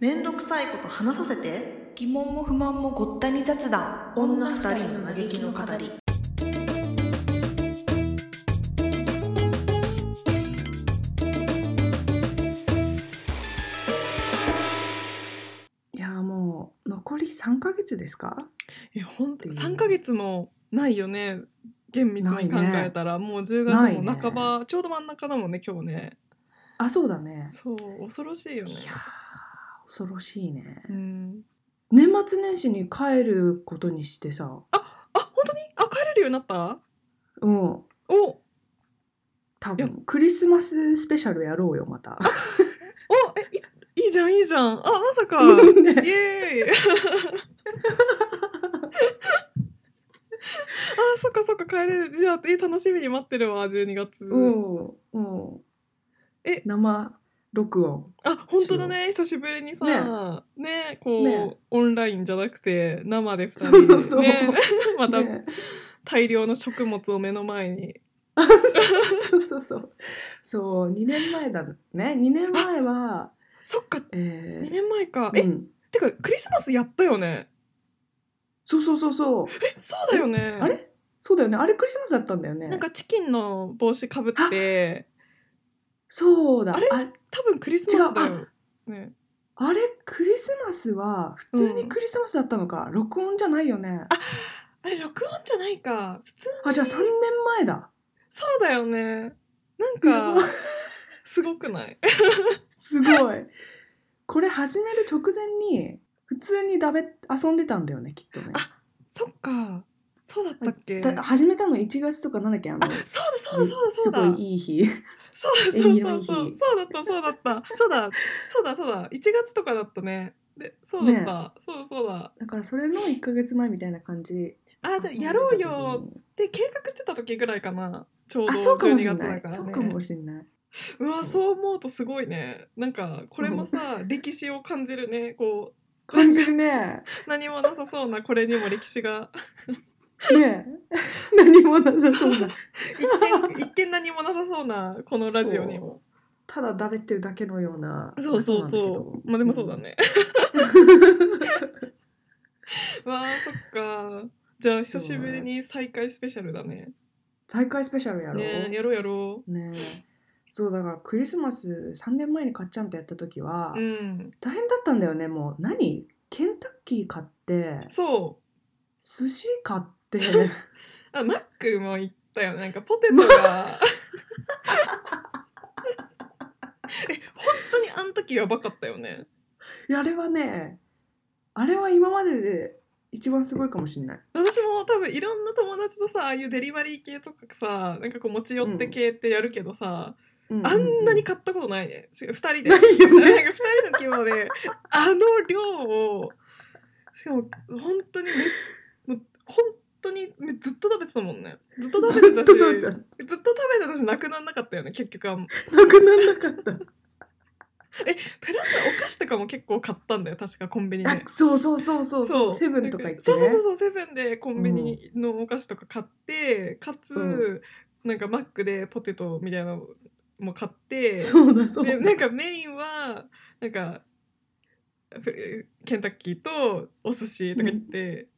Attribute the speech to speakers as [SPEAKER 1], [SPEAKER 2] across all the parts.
[SPEAKER 1] めんどくさいこと話させて
[SPEAKER 2] 疑問も不満もごったに雑談
[SPEAKER 1] 女二人の嘆きの語り
[SPEAKER 3] いやーもう残り3ヶ月ですか
[SPEAKER 4] え本
[SPEAKER 3] て
[SPEAKER 4] 当
[SPEAKER 3] いう
[SPEAKER 4] 3ヶ月もないよね厳密に考えたら、もう10
[SPEAKER 3] な
[SPEAKER 4] 月
[SPEAKER 3] い
[SPEAKER 4] も
[SPEAKER 3] ね
[SPEAKER 4] 半ば、ちょうど真ん中だもんね今日ね
[SPEAKER 3] あそうだね
[SPEAKER 4] そう恐ろしいよ
[SPEAKER 3] い
[SPEAKER 4] ね
[SPEAKER 3] やー恐ろしいね
[SPEAKER 4] うん
[SPEAKER 3] 年末年始に帰ることにしてさ
[SPEAKER 4] あ本当にあ帰れるようになった
[SPEAKER 3] うん
[SPEAKER 4] おお
[SPEAKER 3] 多
[SPEAKER 4] い
[SPEAKER 3] 分クリスマススペシャルやろうよまた
[SPEAKER 4] えいいいじゃんいいじゃんあま さかイ
[SPEAKER 3] ね
[SPEAKER 4] エ ーイあそっかそっか帰れるじゃあえ楽しみに待ってるわ12月、
[SPEAKER 3] うんうん
[SPEAKER 4] え
[SPEAKER 3] 生録音
[SPEAKER 4] あ本当だね久しぶりにさねこう
[SPEAKER 3] ね
[SPEAKER 4] オンラインじゃなくて生で2人
[SPEAKER 3] そうそうそう
[SPEAKER 4] ね また
[SPEAKER 3] ね
[SPEAKER 4] 大量の食物を目の前に
[SPEAKER 3] そうそうそうそう2年前だね2年前は
[SPEAKER 4] そっか
[SPEAKER 3] え
[SPEAKER 4] 2
[SPEAKER 3] ー
[SPEAKER 4] 年前かえ、
[SPEAKER 3] うん、
[SPEAKER 4] てかクリスマスやったよね
[SPEAKER 3] そうそうそうそう
[SPEAKER 4] えそうだよね
[SPEAKER 3] あれそうだよねあれクリスマスだったんだよね
[SPEAKER 4] なんかチキンの帽子かぶって
[SPEAKER 3] そうだ
[SPEAKER 4] あ
[SPEAKER 3] あ
[SPEAKER 4] れ
[SPEAKER 3] れ
[SPEAKER 4] 多分クリスマスだ
[SPEAKER 3] 違
[SPEAKER 4] よね
[SPEAKER 3] あれクリスマスは普通にクリスマスだったのか、録音じゃないよねあ
[SPEAKER 4] あれ録音じゃないか普通
[SPEAKER 3] じゃあ3年前だ
[SPEAKER 4] そうだよねなんかすごくない
[SPEAKER 3] すごいこれ始める直前に普通にだべ遊んでたんだよねきっとね
[SPEAKER 4] そっかそうだったっけ
[SPEAKER 3] だ始めたの1月とかなんだっけあの
[SPEAKER 4] あそうだそうだそうだそうだ
[SPEAKER 3] すごいいい日
[SPEAKER 4] そうだそう
[SPEAKER 3] 縁起の
[SPEAKER 4] そ
[SPEAKER 3] いうい日
[SPEAKER 4] そうそうだったそうだったそうだそうだそうだ1月とかだったねでそうだった、そうそうだ
[SPEAKER 3] だからそれの1か月前みたいな感じ
[SPEAKER 4] あじゃあやろうよって計画してた時ぐらいかなちょうど
[SPEAKER 3] あそうかも
[SPEAKER 4] 12
[SPEAKER 3] しれ
[SPEAKER 4] 月
[SPEAKER 3] な
[SPEAKER 4] だ
[SPEAKER 3] い
[SPEAKER 4] から
[SPEAKER 3] そうかも
[SPEAKER 4] ね
[SPEAKER 3] しれないう
[SPEAKER 4] わそう思うとすごいねなんかこれもさ歴史を感じるねこう
[SPEAKER 3] 感 じるね
[SPEAKER 4] 何もなさそうなこれにも歴史が
[SPEAKER 3] ねえ 何もなさそうな
[SPEAKER 4] 一見一見何もなさそうなこのラジオにも
[SPEAKER 3] ただだべってるだけのような
[SPEAKER 4] そうそうそうまあでもそうだ、ね、わあそっかじゃあ久しぶりに再会スペシャルだね
[SPEAKER 3] 再会スペシャルやろう
[SPEAKER 4] ねえやろうやろ
[SPEAKER 3] ねえそうだからクリスマス3年前に買っちゃんとやった時は、
[SPEAKER 4] ううん
[SPEAKER 3] 大変だったんだよねもう何ケンタッキー買って
[SPEAKER 4] そう
[SPEAKER 3] 寿司買って
[SPEAKER 4] あマックも行ったよなんかポテト がえ本当にあの時やばかったよね
[SPEAKER 3] いやあれはねあれは今までで一番すごいかもしれない
[SPEAKER 4] 私も多分いろんな友達とさああいうデリバリー系とかさなんかこう持ち寄って系ってやるけどさ、
[SPEAKER 3] うう
[SPEAKER 4] あんなに買ったことないね2人で
[SPEAKER 3] ないよね
[SPEAKER 4] なんか2人の規模であの量をしかも本当にめもう本当にめずっと食べてたもんねずっと食べてた
[SPEAKER 3] ずっ
[SPEAKER 4] し
[SPEAKER 3] と食べてた
[SPEAKER 4] ずっと食べてたしなくならなかったよね結局は
[SPEAKER 3] なくなんなかった
[SPEAKER 4] プラスお菓子とかも結構買ったんだよ確かコンビニで
[SPEAKER 3] あ。そうそうそうそうそうセブンとか行ってね
[SPEAKER 4] そうそうそうそうセブンでコンビニのお菓子とか買って、かつ、
[SPEAKER 3] うん
[SPEAKER 4] なんかマックでポテトみたいなのも買って
[SPEAKER 3] そうだそうだ
[SPEAKER 4] でなんかメインはなんかふケンタッキーとお寿司とか言って、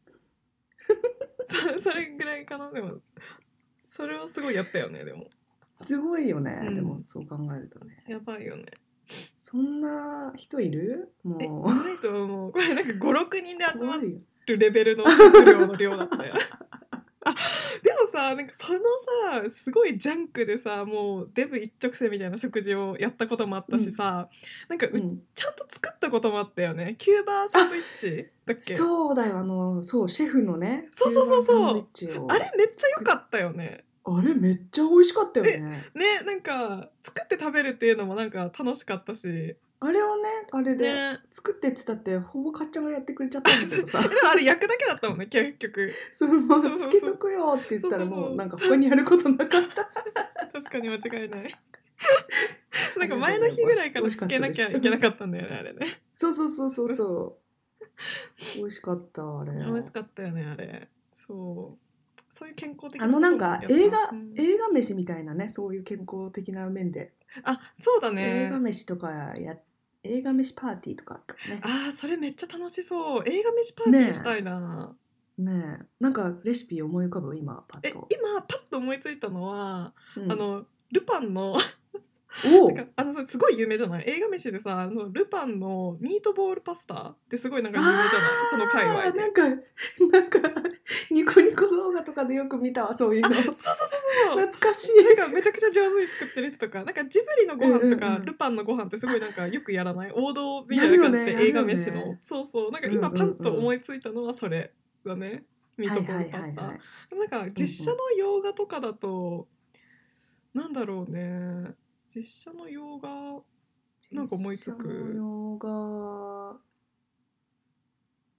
[SPEAKER 4] そ それぐらいかなでもそれをすごいやったよねでも
[SPEAKER 3] すごいよね、
[SPEAKER 4] うん
[SPEAKER 3] でもそう考えるとね
[SPEAKER 4] やばいよね
[SPEAKER 3] そんな人いる
[SPEAKER 4] えい
[SPEAKER 3] もう
[SPEAKER 4] ないと思うこれなんか56人で集まっ
[SPEAKER 3] 怖いよ
[SPEAKER 4] るレベル の食料の量だったよあでもさなんかそのさすごいジャンクでさもうデブ一直線みたいな食事をやったこともあったしさ、なんかう
[SPEAKER 3] うん
[SPEAKER 4] ちゃんと作ったこともあったよねキューバーサンドイッチだっけ
[SPEAKER 3] そうだよあのそうシェフのね
[SPEAKER 4] そうそうそうそう
[SPEAKER 3] そう
[SPEAKER 4] あれめっちゃ良かったよね
[SPEAKER 3] あれめっちゃ美味しかったよね
[SPEAKER 4] ねなんか作って食べるっていうのもなんか楽しかったし
[SPEAKER 3] あれをねあれで、
[SPEAKER 4] ね
[SPEAKER 3] 作ってっつったってほぼかっちゃんがやってくれちゃったんだけどさ
[SPEAKER 4] でもあれ焼くだけだったもんね結局
[SPEAKER 3] そのま
[SPEAKER 4] そう
[SPEAKER 3] ま
[SPEAKER 4] そうそ
[SPEAKER 3] つ
[SPEAKER 4] う
[SPEAKER 3] けとくよって言ったら
[SPEAKER 4] そうそう
[SPEAKER 3] も
[SPEAKER 4] そう
[SPEAKER 3] うなんか他にやることなかった
[SPEAKER 4] 確かに間違いない なんか前の日ぐらいからつけなきゃいけなかったんだよねあれね
[SPEAKER 3] そうそうそうそうそう美味しかったあれ
[SPEAKER 4] 美味しかったよねあれそうそういう健康的
[SPEAKER 3] あのなんか映画、
[SPEAKER 4] え
[SPEAKER 3] 映画飯みたいなねそういう健康的な面で、
[SPEAKER 4] あそうだ
[SPEAKER 3] 映
[SPEAKER 4] ね
[SPEAKER 3] 画飯とかやっ映画飯パーティーとかあるからね
[SPEAKER 4] あーそれめっちゃ楽しそう映画飯パーティーしたいな、
[SPEAKER 3] ねえなんかレシピ思い浮かぶ今パ
[SPEAKER 4] え
[SPEAKER 3] ッと、
[SPEAKER 4] 今パッと思いついたのは、
[SPEAKER 3] うん
[SPEAKER 4] あのルパンの
[SPEAKER 3] おう
[SPEAKER 4] なんかあのそれすごい有名じゃない映画飯でさあのルパンのミートボールパスタってすごいなんか有名じゃないその界
[SPEAKER 3] あ
[SPEAKER 4] 隈
[SPEAKER 3] ーな
[SPEAKER 4] で
[SPEAKER 3] んかなんかニコニコ動画とかでよく見たわそういうの
[SPEAKER 4] そうそうそうそう
[SPEAKER 3] 懐かしい
[SPEAKER 4] なんかめちゃくちゃ上手に作ってるやつとかなんかジブリのご飯とか、
[SPEAKER 3] うんうんうん
[SPEAKER 4] ルパンのご飯ってすごいなんかよくやらない王道みたいな感じで
[SPEAKER 3] やるよね
[SPEAKER 4] 映画飯
[SPEAKER 3] やる
[SPEAKER 4] の、
[SPEAKER 3] よね
[SPEAKER 4] そうそうなんか今
[SPEAKER 3] うんうん
[SPEAKER 4] パ
[SPEAKER 3] うん
[SPEAKER 4] ンと思いついたのはそれだねミートボールパスタ、
[SPEAKER 3] い
[SPEAKER 4] なんか実写の洋画とかだと、なんだろうね実写の洋画なんか思いつく
[SPEAKER 3] 実写の洋画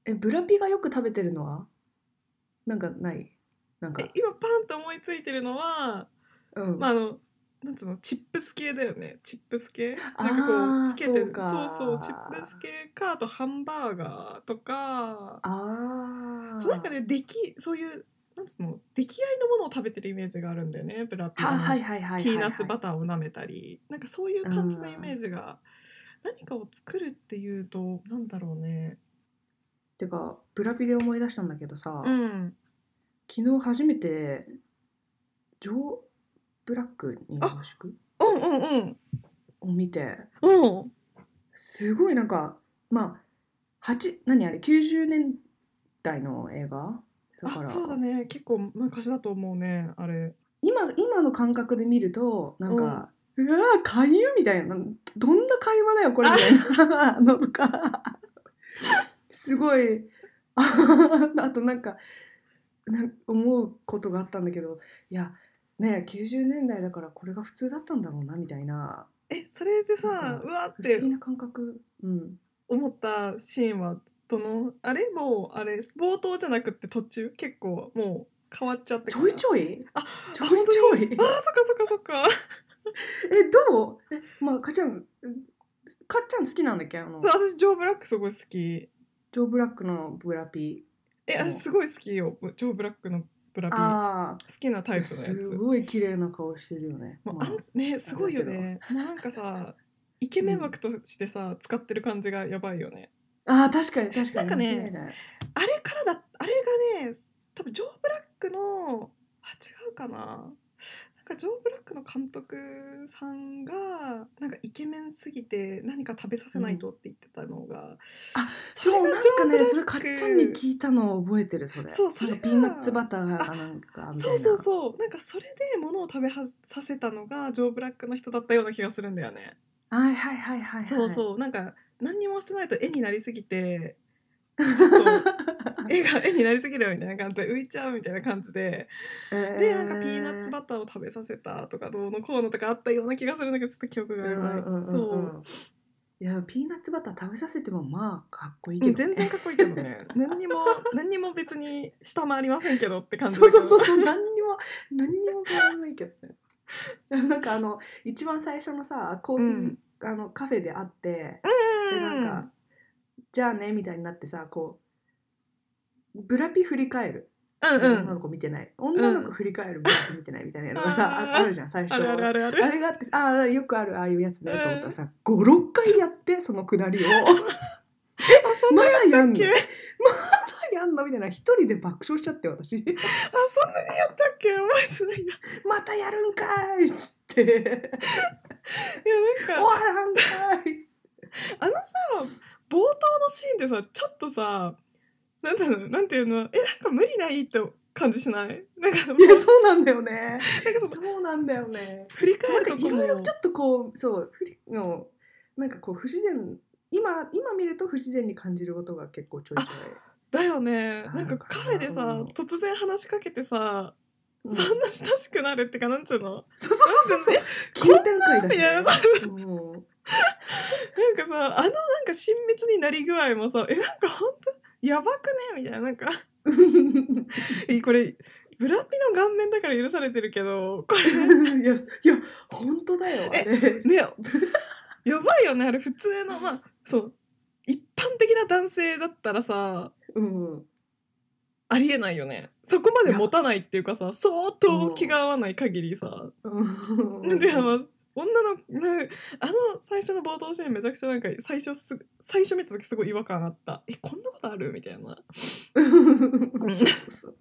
[SPEAKER 3] えブラピがよく食べてるのはなんかないなんか
[SPEAKER 4] え今パンと思いついてるのは
[SPEAKER 3] うん
[SPEAKER 4] まああのなんつうのチップス系だよねチップス系
[SPEAKER 3] あー
[SPEAKER 4] なんかこうつけて
[SPEAKER 3] そうか
[SPEAKER 4] そうそうチップス系かあとハンバーガーとか
[SPEAKER 3] あー
[SPEAKER 4] その中で出来そういうなんつうの出来合いのものを食べてるイメージがあるんだよねブラピ
[SPEAKER 3] はは
[SPEAKER 4] ーの
[SPEAKER 3] いはいはいはいはい
[SPEAKER 4] ピーナッツバターを舐めたりなんかそういう感じのイメージが何かを作るっていうとなんだろうね
[SPEAKER 3] てかブラピで思い出したんだけどさ、
[SPEAKER 4] うん
[SPEAKER 3] 昨日初めてジョー・ブラックに合宿
[SPEAKER 4] うんうんうん
[SPEAKER 3] を見て
[SPEAKER 4] うん
[SPEAKER 3] すごいなんかまあ8何あれ90年代の映画だか
[SPEAKER 4] あ
[SPEAKER 3] ら
[SPEAKER 4] そうだね結構昔だと思うねあれ
[SPEAKER 3] 今今の感覚で見るとなんか、うわーかゆみたいなどんな会話だよこれみたいなのとかすごい ああとなんかなん思うことがあったんだけどいやね90年代だからこれが普通だったんだろうなみたいな
[SPEAKER 4] えそれで
[SPEAKER 3] なん
[SPEAKER 4] さ
[SPEAKER 3] か
[SPEAKER 4] うわっ
[SPEAKER 3] 不思
[SPEAKER 4] て
[SPEAKER 3] 議な感覚、うん、
[SPEAKER 4] 思ったシーンはどのあれもうあれ冒頭じゃなくって途中結構もう変わっちゃって
[SPEAKER 3] ちょいち
[SPEAKER 4] ょい
[SPEAKER 3] ょい
[SPEAKER 4] あ
[SPEAKER 3] ちょいちょい
[SPEAKER 4] あーそっかそっかそっか
[SPEAKER 3] えどうえまあかっちゃんかっちゃん好きなんだっけあの
[SPEAKER 4] そう私ジョー・ブラックすごい好き
[SPEAKER 3] ジョー・ブラックのブラピ
[SPEAKER 4] え
[SPEAKER 3] うん
[SPEAKER 4] 私すごい好きよジョー・ブラックのブラピ好
[SPEAKER 3] ああ
[SPEAKER 4] きなタイプのや
[SPEAKER 3] す
[SPEAKER 4] つ
[SPEAKER 3] ごい綺麗な顔してるよね。
[SPEAKER 4] もう
[SPEAKER 3] ま
[SPEAKER 4] あ
[SPEAKER 3] あ
[SPEAKER 4] んねすごいよねもうなんかさイケメン枠としてさ使ってる感じがやばいよね
[SPEAKER 3] あー確かに確かに
[SPEAKER 4] なんかね
[SPEAKER 3] 間違いない
[SPEAKER 4] あれからだあれがね多分ジョー・ブラックのあ違うかななんかジョー・ブラックの監督さんがなんかイケメンすぎて何か食べさせないとって言ってたのが、
[SPEAKER 3] あ
[SPEAKER 4] そ
[SPEAKER 3] そう
[SPEAKER 4] れが
[SPEAKER 3] なんかね
[SPEAKER 4] ジ
[SPEAKER 3] そ
[SPEAKER 4] ョ
[SPEAKER 3] れ
[SPEAKER 4] ーブ
[SPEAKER 3] か
[SPEAKER 4] ラッ
[SPEAKER 3] っ
[SPEAKER 4] ク
[SPEAKER 3] ちゃんに聞いたのを覚えてるそれ
[SPEAKER 4] そうそれ
[SPEAKER 3] なんかピーナッツバターがなんかみたい
[SPEAKER 4] そう
[SPEAKER 3] な
[SPEAKER 4] そう
[SPEAKER 3] う
[SPEAKER 4] そうなんかそれで物を食べはさせたのがジョー・ブラックの人だったような気がするんだよね、
[SPEAKER 3] はいはいはいはいはい
[SPEAKER 4] そう
[SPEAKER 3] う
[SPEAKER 4] そうなんか何にもしてないと絵になりす ぎてちょっと絵が絵になりすぎるよみたいな感じで浮いちゃうみたいな感じででなんかピーナッツバターを食べさせたとかどうのこうのとかあったような気がするんだけどちょっと記憶
[SPEAKER 3] タ
[SPEAKER 4] が
[SPEAKER 3] ー
[SPEAKER 4] ない、そう
[SPEAKER 3] いやピーナッツバター食べさせてもまあかっこいいけ
[SPEAKER 4] う
[SPEAKER 3] ど
[SPEAKER 4] ん
[SPEAKER 3] ね
[SPEAKER 4] 全然かっこいいけどね何にも何にも別に下回りませんけどって感じだ
[SPEAKER 3] そ
[SPEAKER 4] け
[SPEAKER 3] う
[SPEAKER 4] ど
[SPEAKER 3] そうそうそう何にも何にも変わらないけどね なんかあの一番最初のさコーヒー、
[SPEAKER 4] うん
[SPEAKER 3] あのカフェで会って、で
[SPEAKER 4] う
[SPEAKER 3] な
[SPEAKER 4] ん
[SPEAKER 3] んか「じゃあね」みたいになってさこうブラピ振り返る、
[SPEAKER 4] うんう
[SPEAKER 3] 女
[SPEAKER 4] ん
[SPEAKER 3] の子見てない女の子振り返る、ブラピ見てないみたいなのがさ
[SPEAKER 4] あー
[SPEAKER 3] ああるじゃん最初
[SPEAKER 4] あるあるあるあ
[SPEAKER 3] あ
[SPEAKER 4] る
[SPEAKER 3] れがあってああよくあるああいうやつねと思ったらさ56回やってそのくだりを
[SPEAKER 4] あそんな
[SPEAKER 3] まだやんのま
[SPEAKER 4] やっ
[SPEAKER 3] だやんのみたいな一人で爆笑しちゃって私。
[SPEAKER 4] あそんなにやったっけ覚えてないな
[SPEAKER 3] またやるんかいっつって
[SPEAKER 4] いや
[SPEAKER 3] 終
[SPEAKER 4] なんか
[SPEAKER 3] わらんか い
[SPEAKER 4] あのさ冒頭のシーンでさちょっとさなんだろうなんていうのえなんか無理ないって感じしないなんか
[SPEAKER 3] いやそうなんだよね
[SPEAKER 4] なんかその
[SPEAKER 3] そうなんだよね
[SPEAKER 4] 振り
[SPEAKER 3] そうな
[SPEAKER 4] 返
[SPEAKER 3] んか
[SPEAKER 4] ると
[SPEAKER 3] い
[SPEAKER 4] こ
[SPEAKER 3] ろいろ
[SPEAKER 4] ろ
[SPEAKER 3] ちょっとこうそうふりのなんかこう不自然今今見ると不自然に感じることが結構ちょいちょい
[SPEAKER 4] だよね
[SPEAKER 3] あ
[SPEAKER 4] なんかカフェでさ
[SPEAKER 3] うん
[SPEAKER 4] 突然話しかけてさ、
[SPEAKER 3] うん
[SPEAKER 4] そんな親しくなるってかなんつうの
[SPEAKER 3] そうそうそうそう
[SPEAKER 4] え
[SPEAKER 3] 急展開だし、
[SPEAKER 4] いや
[SPEAKER 3] うん
[SPEAKER 4] なんかさあのなんか親密になり具合もさえなんかほんとやばくねみたいななんかえこれブラピの顔面だから許されてるけどこれ
[SPEAKER 3] いやいや本当だよあれ
[SPEAKER 4] ねやばいよねあれ普通のまあそう一般的な男性だったらさ
[SPEAKER 3] うん
[SPEAKER 4] ありえないよねそこまで持たないっていうかさ相当気が合わない限りさ
[SPEAKER 3] うん
[SPEAKER 4] であの女のうんあの最初の冒頭シーンめちゃくちゃなんか最初す最初見た時すごい違和感あったえこんなことあるみたいな
[SPEAKER 3] そうそうそう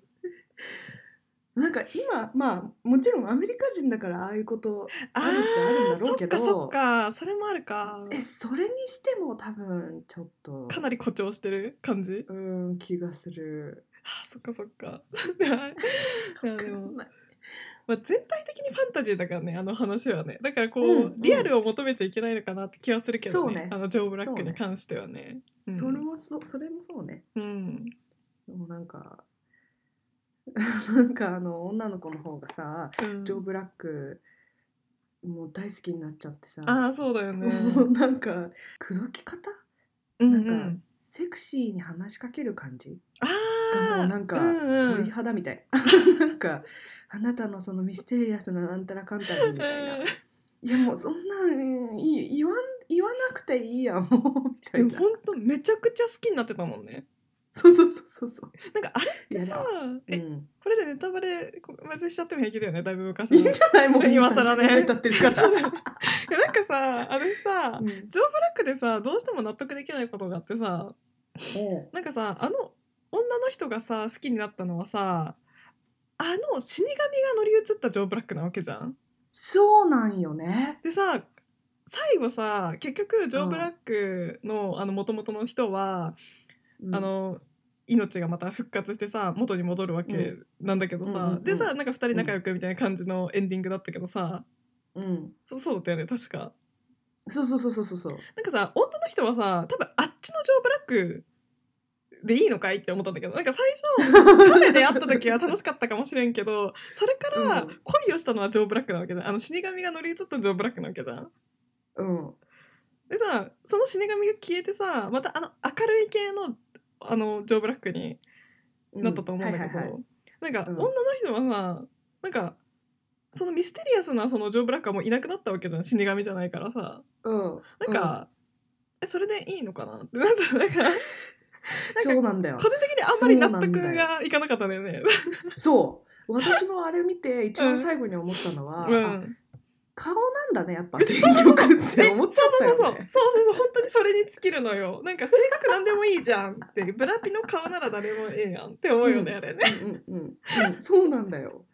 [SPEAKER 3] なんか今まあもちろんアメリカ人だからああいうこと
[SPEAKER 4] あ
[SPEAKER 3] あるっちゃあるんだろうけど
[SPEAKER 4] ーそっかそっかそれもあるか
[SPEAKER 3] えそれにしても多分ちょっと
[SPEAKER 4] かなり誇張してる感じ
[SPEAKER 3] うん気がする。
[SPEAKER 4] あーそっかそっ かいやでもまあ、全体的にファンタジーだからねあの話はねだからこう、
[SPEAKER 3] うんうん
[SPEAKER 4] リアルを求めちゃいけないのかなって気はするけどね
[SPEAKER 3] そうね
[SPEAKER 4] あのジョー・ブラック
[SPEAKER 3] そうね
[SPEAKER 4] に関してはねうん
[SPEAKER 3] それもそそれもそうね。
[SPEAKER 4] うん
[SPEAKER 3] でもなんか なんかあの女の子の方がさ、
[SPEAKER 4] うん
[SPEAKER 3] ジョー・ブラックもう大好きになっちゃってさ、
[SPEAKER 4] ああそうだよね
[SPEAKER 3] もう なんか口説き方
[SPEAKER 4] うん
[SPEAKER 3] な
[SPEAKER 4] うん
[SPEAKER 3] か
[SPEAKER 4] ん
[SPEAKER 3] セクシーに話しかける感じ
[SPEAKER 4] あ
[SPEAKER 3] がも
[SPEAKER 4] あ
[SPEAKER 3] うなんか
[SPEAKER 4] うんうん
[SPEAKER 3] 鳥肌みたい、 なんかあなたのそのミステリアスななんたらかんたらみたいな、
[SPEAKER 4] うん
[SPEAKER 3] いやもうそんなんいい言わん言わなくていいやんもうみた
[SPEAKER 4] で
[SPEAKER 3] い
[SPEAKER 4] も
[SPEAKER 3] な
[SPEAKER 4] ほんとめちゃくちゃ好きになってたもんね
[SPEAKER 3] そうそうそうそうそう
[SPEAKER 4] なんかあれって
[SPEAKER 3] や
[SPEAKER 4] さ
[SPEAKER 3] だ、う
[SPEAKER 4] え
[SPEAKER 3] ん、
[SPEAKER 4] これでネタバレこ混ぜしちゃっても平気だよねだいぶ昔
[SPEAKER 3] い
[SPEAKER 4] の
[SPEAKER 3] いんじゃないもう
[SPEAKER 4] 今更ね
[SPEAKER 3] 30年経ってるから
[SPEAKER 4] そうだよねいやなんかさあれさ、
[SPEAKER 3] うん
[SPEAKER 4] ブラックでさどうしても納得できないことがあってさなんかさあの女の人がさ好きになったのはさあの死神が乗り移ったジョー・ブラックなわけじゃん。
[SPEAKER 3] そうなんよね
[SPEAKER 4] でさ最後さ結局ジョー・ブラックのあの元々の人は、あの命がまた復活してさ元に戻るわけなんだけど
[SPEAKER 3] う
[SPEAKER 4] さ、
[SPEAKER 3] んうんうん
[SPEAKER 4] でさなんか2人仲良くみたいな感じのエンディングだったけどさ、
[SPEAKER 3] うん
[SPEAKER 4] そそうだったよね確か。
[SPEAKER 3] そうそうそうそうそうそう
[SPEAKER 4] なんかさ女の人はさ多分あっちのジョー・ブラックでいいのかいって思ったんだけどなんか最初カフェで会った時は楽しかったかもしれんけどそれから
[SPEAKER 3] うん
[SPEAKER 4] 恋をしたのはジョー・ブラックなわけじゃんあの死神が乗り移ったジョー・ブラックなわけじゃん。
[SPEAKER 3] うん
[SPEAKER 4] でさその死神が消えてさまたあの明るい系のあのジョー・ブラックに
[SPEAKER 3] うん
[SPEAKER 4] なったと思うんだけ
[SPEAKER 3] はいはいはい
[SPEAKER 4] どなんか
[SPEAKER 3] うん
[SPEAKER 4] 女の人はさなんかそのミステリアスなそのジョー・ブラックはもういなくなったわけじゃん死神じゃないからさ。
[SPEAKER 3] うん
[SPEAKER 4] なんか、えそれでいいのかなってなんかなんか
[SPEAKER 3] そうなんだよ
[SPEAKER 4] 個人的にあんまり納得がいかなかったんだよね。
[SPEAKER 3] そう私もあれ見て一
[SPEAKER 4] うん
[SPEAKER 3] 番最後に思ったのは、
[SPEAKER 4] う
[SPEAKER 3] あ
[SPEAKER 4] ん、
[SPEAKER 3] 顔なんだねやっぱ結局って思っちゃった
[SPEAKER 4] そうそうそうそう
[SPEAKER 3] よ
[SPEAKER 4] そう
[SPEAKER 3] ね。
[SPEAKER 4] そう本当にそれに尽きるのよ。なんか性格なんでもいいじゃんってブラピの顔なら誰もええやんって思うよね、
[SPEAKER 3] うん
[SPEAKER 4] あれね。
[SPEAKER 3] うんうんうんうんそうなんだよ。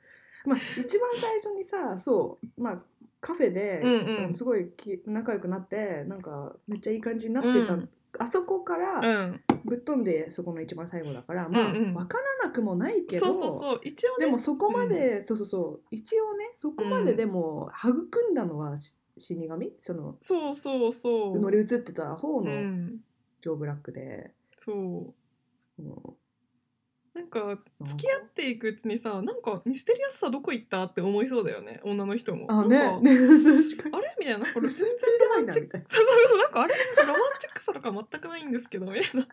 [SPEAKER 3] まあ一番最初にさそうまあカフェで、
[SPEAKER 4] うんうん
[SPEAKER 3] すごいき仲良くなってなんかめっちゃいい感じになってた、
[SPEAKER 4] うん
[SPEAKER 3] あそこから
[SPEAKER 4] ん、
[SPEAKER 3] ぶっ飛んでそこの一番最後だから、まあ
[SPEAKER 4] うんうん
[SPEAKER 3] 分からなくもないけど。
[SPEAKER 4] そうそうそう一応ね
[SPEAKER 3] でもそこまで、そうそうそう一応ねそこまででも育んだのはし死神その
[SPEAKER 4] そうそうそう。
[SPEAKER 3] 乗り移ってた方
[SPEAKER 4] う
[SPEAKER 3] の
[SPEAKER 4] ん、
[SPEAKER 3] ジョー・ブラックで、
[SPEAKER 4] そう
[SPEAKER 3] うん
[SPEAKER 4] なんか付き合っていくうちにさなんかミステリアスさどこ行ったって思いそうだよね女の人も。
[SPEAKER 3] あ
[SPEAKER 4] なん
[SPEAKER 3] ね
[SPEAKER 4] か
[SPEAKER 3] ね確か
[SPEAKER 4] あ
[SPEAKER 3] に
[SPEAKER 4] れみたいなこれ 全
[SPEAKER 3] 全
[SPEAKER 4] 然
[SPEAKER 3] 然
[SPEAKER 4] ロマン
[SPEAKER 3] ロマンだみた
[SPEAKER 4] チッ
[SPEAKER 3] い
[SPEAKER 4] ク
[SPEAKER 3] な
[SPEAKER 4] そうそうそうなんかあれなんかロマンチックさとか全くないんですけどみたいな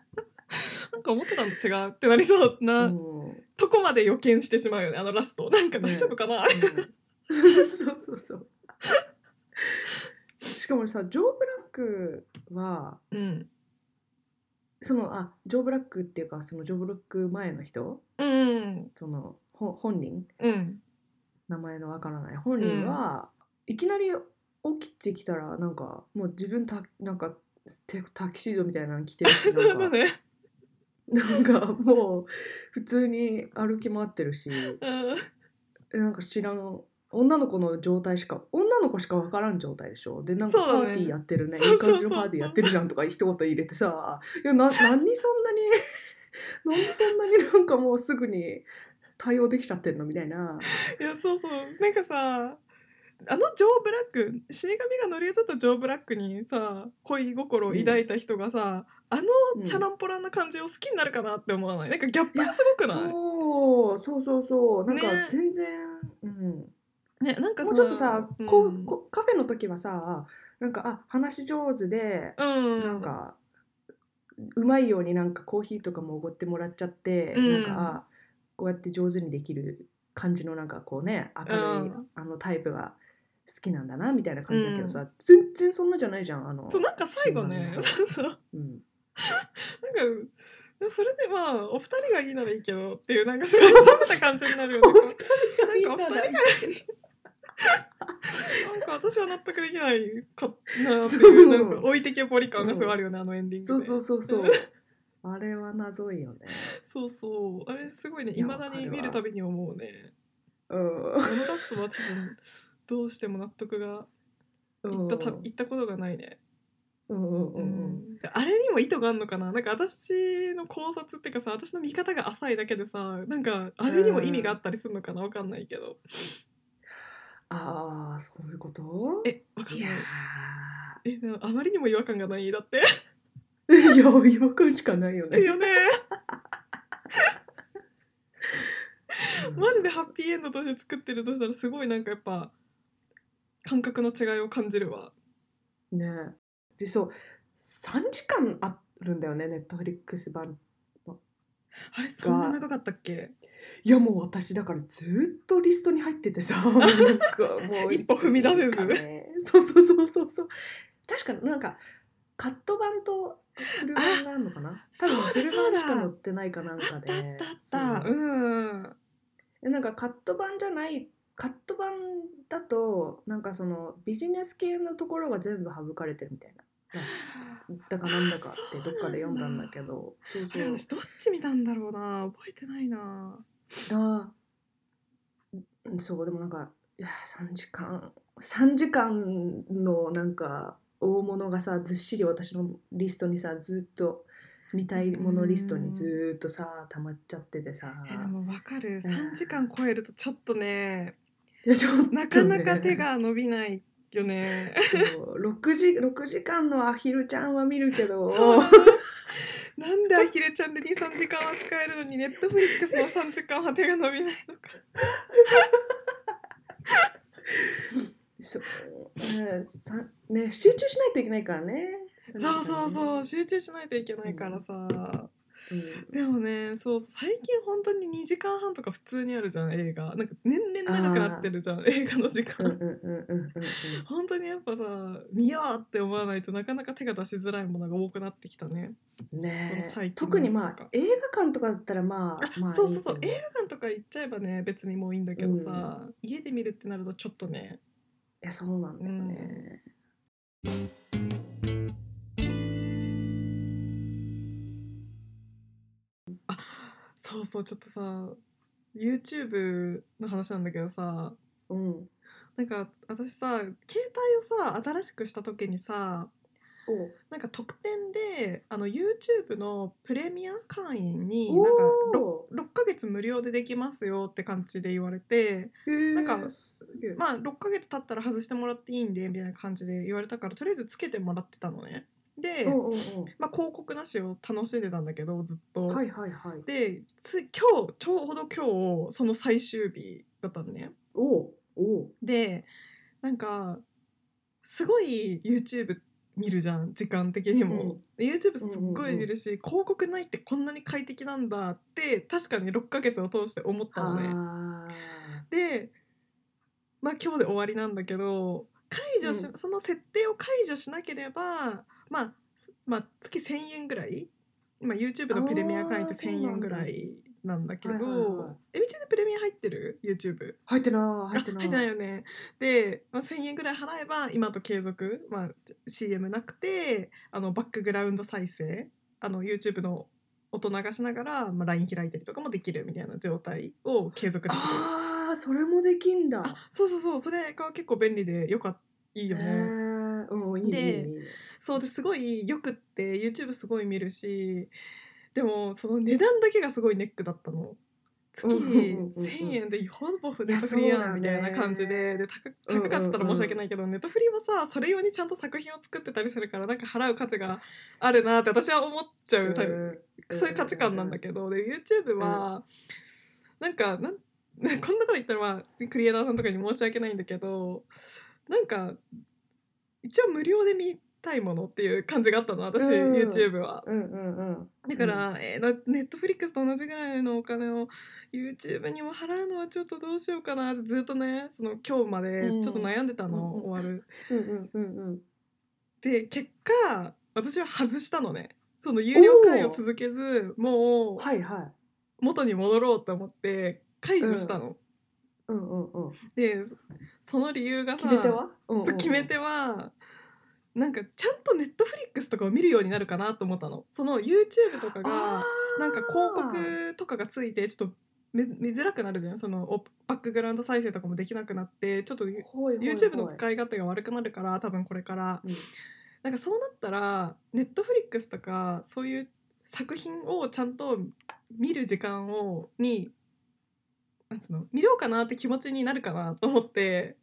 [SPEAKER 4] なんか思ってたのと違うってなりそうな、
[SPEAKER 3] うんうん
[SPEAKER 4] とこまで予見してしまうよねあのラストなんか大丈夫かな、
[SPEAKER 3] そうそうそうしかもさジョー・ブラックは
[SPEAKER 4] うん、
[SPEAKER 3] そのあジョー・ブラックっていうかそのジョー・ブラック前の人
[SPEAKER 4] うん
[SPEAKER 3] そのほ本人
[SPEAKER 4] うん
[SPEAKER 3] 名前のわからない本人は、いきなり起きてきたらなんかもう自分たなんかテタキシードみたいなの着てるし
[SPEAKER 4] そ
[SPEAKER 3] な
[SPEAKER 4] うだ
[SPEAKER 3] んか
[SPEAKER 4] ね
[SPEAKER 3] なんかもう普通に歩き回ってる し
[SPEAKER 4] うん
[SPEAKER 3] なんか知らん女の子の状態しか女の子しかわからん状態でしょでなんか
[SPEAKER 4] そ
[SPEAKER 3] パ
[SPEAKER 4] うだ
[SPEAKER 3] ー
[SPEAKER 4] ね
[SPEAKER 3] ティーやってるね
[SPEAKER 4] そう
[SPEAKER 3] いい
[SPEAKER 4] そ
[SPEAKER 3] 感
[SPEAKER 4] うそう
[SPEAKER 3] じのパーティーやってるじゃんとか一言入れてさいやな何にそ んなに何にそんなになんかもうすぐに対応できちゃってんのみたいな。
[SPEAKER 4] いやそうそうなんかさあのジョー・ブラック死神が乗り移ったジョー・ブラックにさ恋心を抱いた人がさ、あのチャランポランな感じを好きになるかなって思わないなんかギャップがすごくない
[SPEAKER 3] そうそうそうそうなんか
[SPEAKER 4] ね
[SPEAKER 3] 全然、うん、
[SPEAKER 4] ねなんか
[SPEAKER 3] もうちょっとさ、こ
[SPEAKER 4] ん
[SPEAKER 3] うこカフェの時はさなんかあ話し上手で、
[SPEAKER 4] うん、
[SPEAKER 3] なんかうまいようになんかコーヒーとかもおごってもらっちゃって、
[SPEAKER 4] うん
[SPEAKER 3] なんかあこうやって上手にできる感じのなんかこうね明るい、
[SPEAKER 4] うん
[SPEAKER 3] あのタイプが好きなんだなみたいな感じだけどさ、
[SPEAKER 4] う
[SPEAKER 3] 全然そんなじゃないじゃんあの
[SPEAKER 4] そうなんか最後ね
[SPEAKER 3] 死
[SPEAKER 4] そうそうなんか
[SPEAKER 3] うん、
[SPEAKER 4] それでまあお二人がいいならいいけどっていうなんかすごい冷めた感じになるよね
[SPEAKER 3] お二
[SPEAKER 4] なんかお二人がいいなんか私は納得できないか なっていうなんか
[SPEAKER 3] そう
[SPEAKER 4] 置いてけぼり感がすごいあるよね、あのエンディングで
[SPEAKER 3] そうそうそうそう。あれは謎いよね。
[SPEAKER 4] そうそうあれすごいね
[SPEAKER 3] い
[SPEAKER 4] い
[SPEAKER 3] や
[SPEAKER 4] まだに見るたびに思うね
[SPEAKER 3] うん
[SPEAKER 4] あのラストは多分どうしても納得がいったたいったことがないね、
[SPEAKER 3] うんうんう
[SPEAKER 4] うんんあれにも意図があるのかななんか私の考察っていうかさ私の見方が浅いだけでさなんかあれにも意味があったりするのかなわかんないけど
[SPEAKER 3] ああそういうこと
[SPEAKER 4] えわかん
[SPEAKER 3] い
[SPEAKER 4] な
[SPEAKER 3] や
[SPEAKER 4] いえでもあまりにも違和感がないだ って
[SPEAKER 3] ーいや違和感しかないよね
[SPEAKER 4] よねマジでハッピーエンドとして作ってるとしたらすごいなんかやっぱ感覚の違いを感じるわ
[SPEAKER 3] ねでそう3時間あるんだよねネットフリックス版
[SPEAKER 4] あれそんな長かったっけ
[SPEAKER 3] いやもう私だからずっとリストに入ってて さなんかもう
[SPEAKER 4] 一歩踏み出せず
[SPEAKER 3] ねそうそうそうそうそう確かになんかカット版とフル版があるのかな
[SPEAKER 4] あ
[SPEAKER 3] フル
[SPEAKER 4] そ
[SPEAKER 3] 版
[SPEAKER 4] うだそうだ
[SPEAKER 3] しか載ってないかなんかでそう
[SPEAKER 4] うん
[SPEAKER 3] えなんかカット版じゃないカット版だとなんかそのビジネス系のところが全部省かれてるみたいなだかなんだかってどっかで読んだんだけどそう
[SPEAKER 4] あ
[SPEAKER 3] そ
[SPEAKER 4] れ
[SPEAKER 3] う
[SPEAKER 4] 私どっち見たんだろうな覚えてないな
[SPEAKER 3] あーうんそうでもなんかいや3時間3時間のなんか大物がさずっしり私のリストにさずっと見たいものリストにずっとさ溜まっちゃっててさ
[SPEAKER 4] えでもわかる
[SPEAKER 3] うん
[SPEAKER 4] 3時間超えるとちょっとね
[SPEAKER 3] いやちょっとね
[SPEAKER 4] なかなか手が伸びないよね
[SPEAKER 3] そう6時6時間のアヒルちゃんは見るけど
[SPEAKER 4] そうなのなんでアヒルちゃんで23時間は使えるのにネットフリックスの3時間は手が伸びないの か
[SPEAKER 3] そううんさね、集中しないといけないからね。
[SPEAKER 4] そうそうそうう集中しないといけないからさ、
[SPEAKER 3] ん
[SPEAKER 4] でもねそうそう最近本当に2時間半とか普通にあるじゃん映画なんか年々長くなってるじゃん映画の時
[SPEAKER 3] うん
[SPEAKER 4] 間、
[SPEAKER 3] うんうんうんうんうん
[SPEAKER 4] 本当にやっぱさ見ようって思わないとなかなか手が出しづらいものが多くなってきたねこ
[SPEAKER 3] ね
[SPEAKER 4] の
[SPEAKER 3] え
[SPEAKER 4] 最近の
[SPEAKER 3] 特に
[SPEAKER 4] やつとか
[SPEAKER 3] まあ映画館とかだったらまあまあ
[SPEAKER 4] そうそうそう
[SPEAKER 3] いいけ
[SPEAKER 4] 映
[SPEAKER 3] ど
[SPEAKER 4] 画館とか行っちゃえばね別にもういいんだけどさ、家で見るってなるとちょっとね
[SPEAKER 3] いやそうなんだよね、
[SPEAKER 4] そうそうちょっとさ YouTube の話なんだけどさ
[SPEAKER 3] うん
[SPEAKER 4] なんか私さ携帯をさ新しくした時にさなんか特典であの YouTube のプレミア会員に
[SPEAKER 3] お
[SPEAKER 4] なんか
[SPEAKER 3] お
[SPEAKER 4] 6, ヶ月無料でできますよって感じで言われて
[SPEAKER 3] ー
[SPEAKER 4] なんか
[SPEAKER 3] すげえ
[SPEAKER 4] まあ6ヶ月経ったら外してもらっていいんでみたいな感じで言われたからとりあえずつけてもらってたのね。で、
[SPEAKER 3] うんうん
[SPEAKER 4] まあ、広告なしを楽しんでたんだけどずっと。
[SPEAKER 3] うんはいはいはい
[SPEAKER 4] でつ今日ちょうど今日その最終日だったのね。
[SPEAKER 3] おおお
[SPEAKER 4] でなんかすごい YouTube 見るじゃん時間的にも、で YouTube すっごい見るし、広告ないってこんなに快適なんだって確かに6ヶ月を通して思ったのね
[SPEAKER 3] あ
[SPEAKER 4] でまあ今日で終わりなんだけど解除し、
[SPEAKER 3] う
[SPEAKER 4] その設定を解除しなければまあまあ月1,000円ぐらい、まあ、YouTube のプレミア会員って
[SPEAKER 3] あー
[SPEAKER 4] 1,000円ぐらいなんだけど
[SPEAKER 3] そうなんだはいはいはい
[SPEAKER 4] えみちゃんのプレミア入ってる YouTube?
[SPEAKER 3] ー入ってない入ってない
[SPEAKER 4] あよねで、まあ、1,000円ぐらい払えば今と継続、まあ、CM なくてあのバックグラウンド再生あの YouTube の音流しながら、まあ、LINE 開いたりとかもできるみたいな状態を継続できる
[SPEAKER 3] ああそれもできんだ
[SPEAKER 4] あそうそうそうそれが結構便利でよかったいいよね、
[SPEAKER 3] へーうんいいね
[SPEAKER 4] で
[SPEAKER 3] いいね
[SPEAKER 4] そうですごいよくって YouTube すごい見るしでもその値段だけがすごいネックだったの月
[SPEAKER 3] うんうんうんうん
[SPEAKER 4] 1,000円でほぼネットフリーやんみたいな感じでで高高かったら申し訳ないけど、ネットフリーはさそれ用にちゃんと作品を作ってたりするからなんか払う価値があるなって私は思っちゃうタイプ
[SPEAKER 3] うん
[SPEAKER 4] そういう価値観なんだけど、で YouTube は、なんかなん こんなこと言ったら、まあ、クリエイターさんとかに申し訳ないんだけどなんか一応無料で見たいものっていう感じがあったの私、
[SPEAKER 3] うん
[SPEAKER 4] YouTube は。
[SPEAKER 3] うんうんうん
[SPEAKER 4] だから、えーなネットフリックスと同じぐらいのお金を YouTube にも払うのはちょっとどうしようかなってずっとねその今日までちょっと悩んでたの、
[SPEAKER 3] うん
[SPEAKER 4] 終わる。
[SPEAKER 3] うんうんうんうん
[SPEAKER 4] で結果私は外したのね。その有料会を続けずもう
[SPEAKER 3] はいはい
[SPEAKER 4] 元に戻ろうと思って解除したの。
[SPEAKER 3] うんうんうん
[SPEAKER 4] でその理由がさ
[SPEAKER 3] 決め手は、うんうん
[SPEAKER 4] そう決め手はなんかちゃんとネットフリックスとかを見るようになるかなと思ったのその YouTube とかが
[SPEAKER 3] あー
[SPEAKER 4] なんか広告とかがついてちょっと見見づらくなるじゃんそのおバックグラウンド再生とかもできなくなってちょっとユ
[SPEAKER 3] ほいほいほい
[SPEAKER 4] YouTube の使い勝手が悪くなるから多分これから、
[SPEAKER 3] うん
[SPEAKER 4] なんかそうなったら Netflix とかそういう作品をちゃんと見る時間をになんつうの見ようかなって気持ちになるかなと思って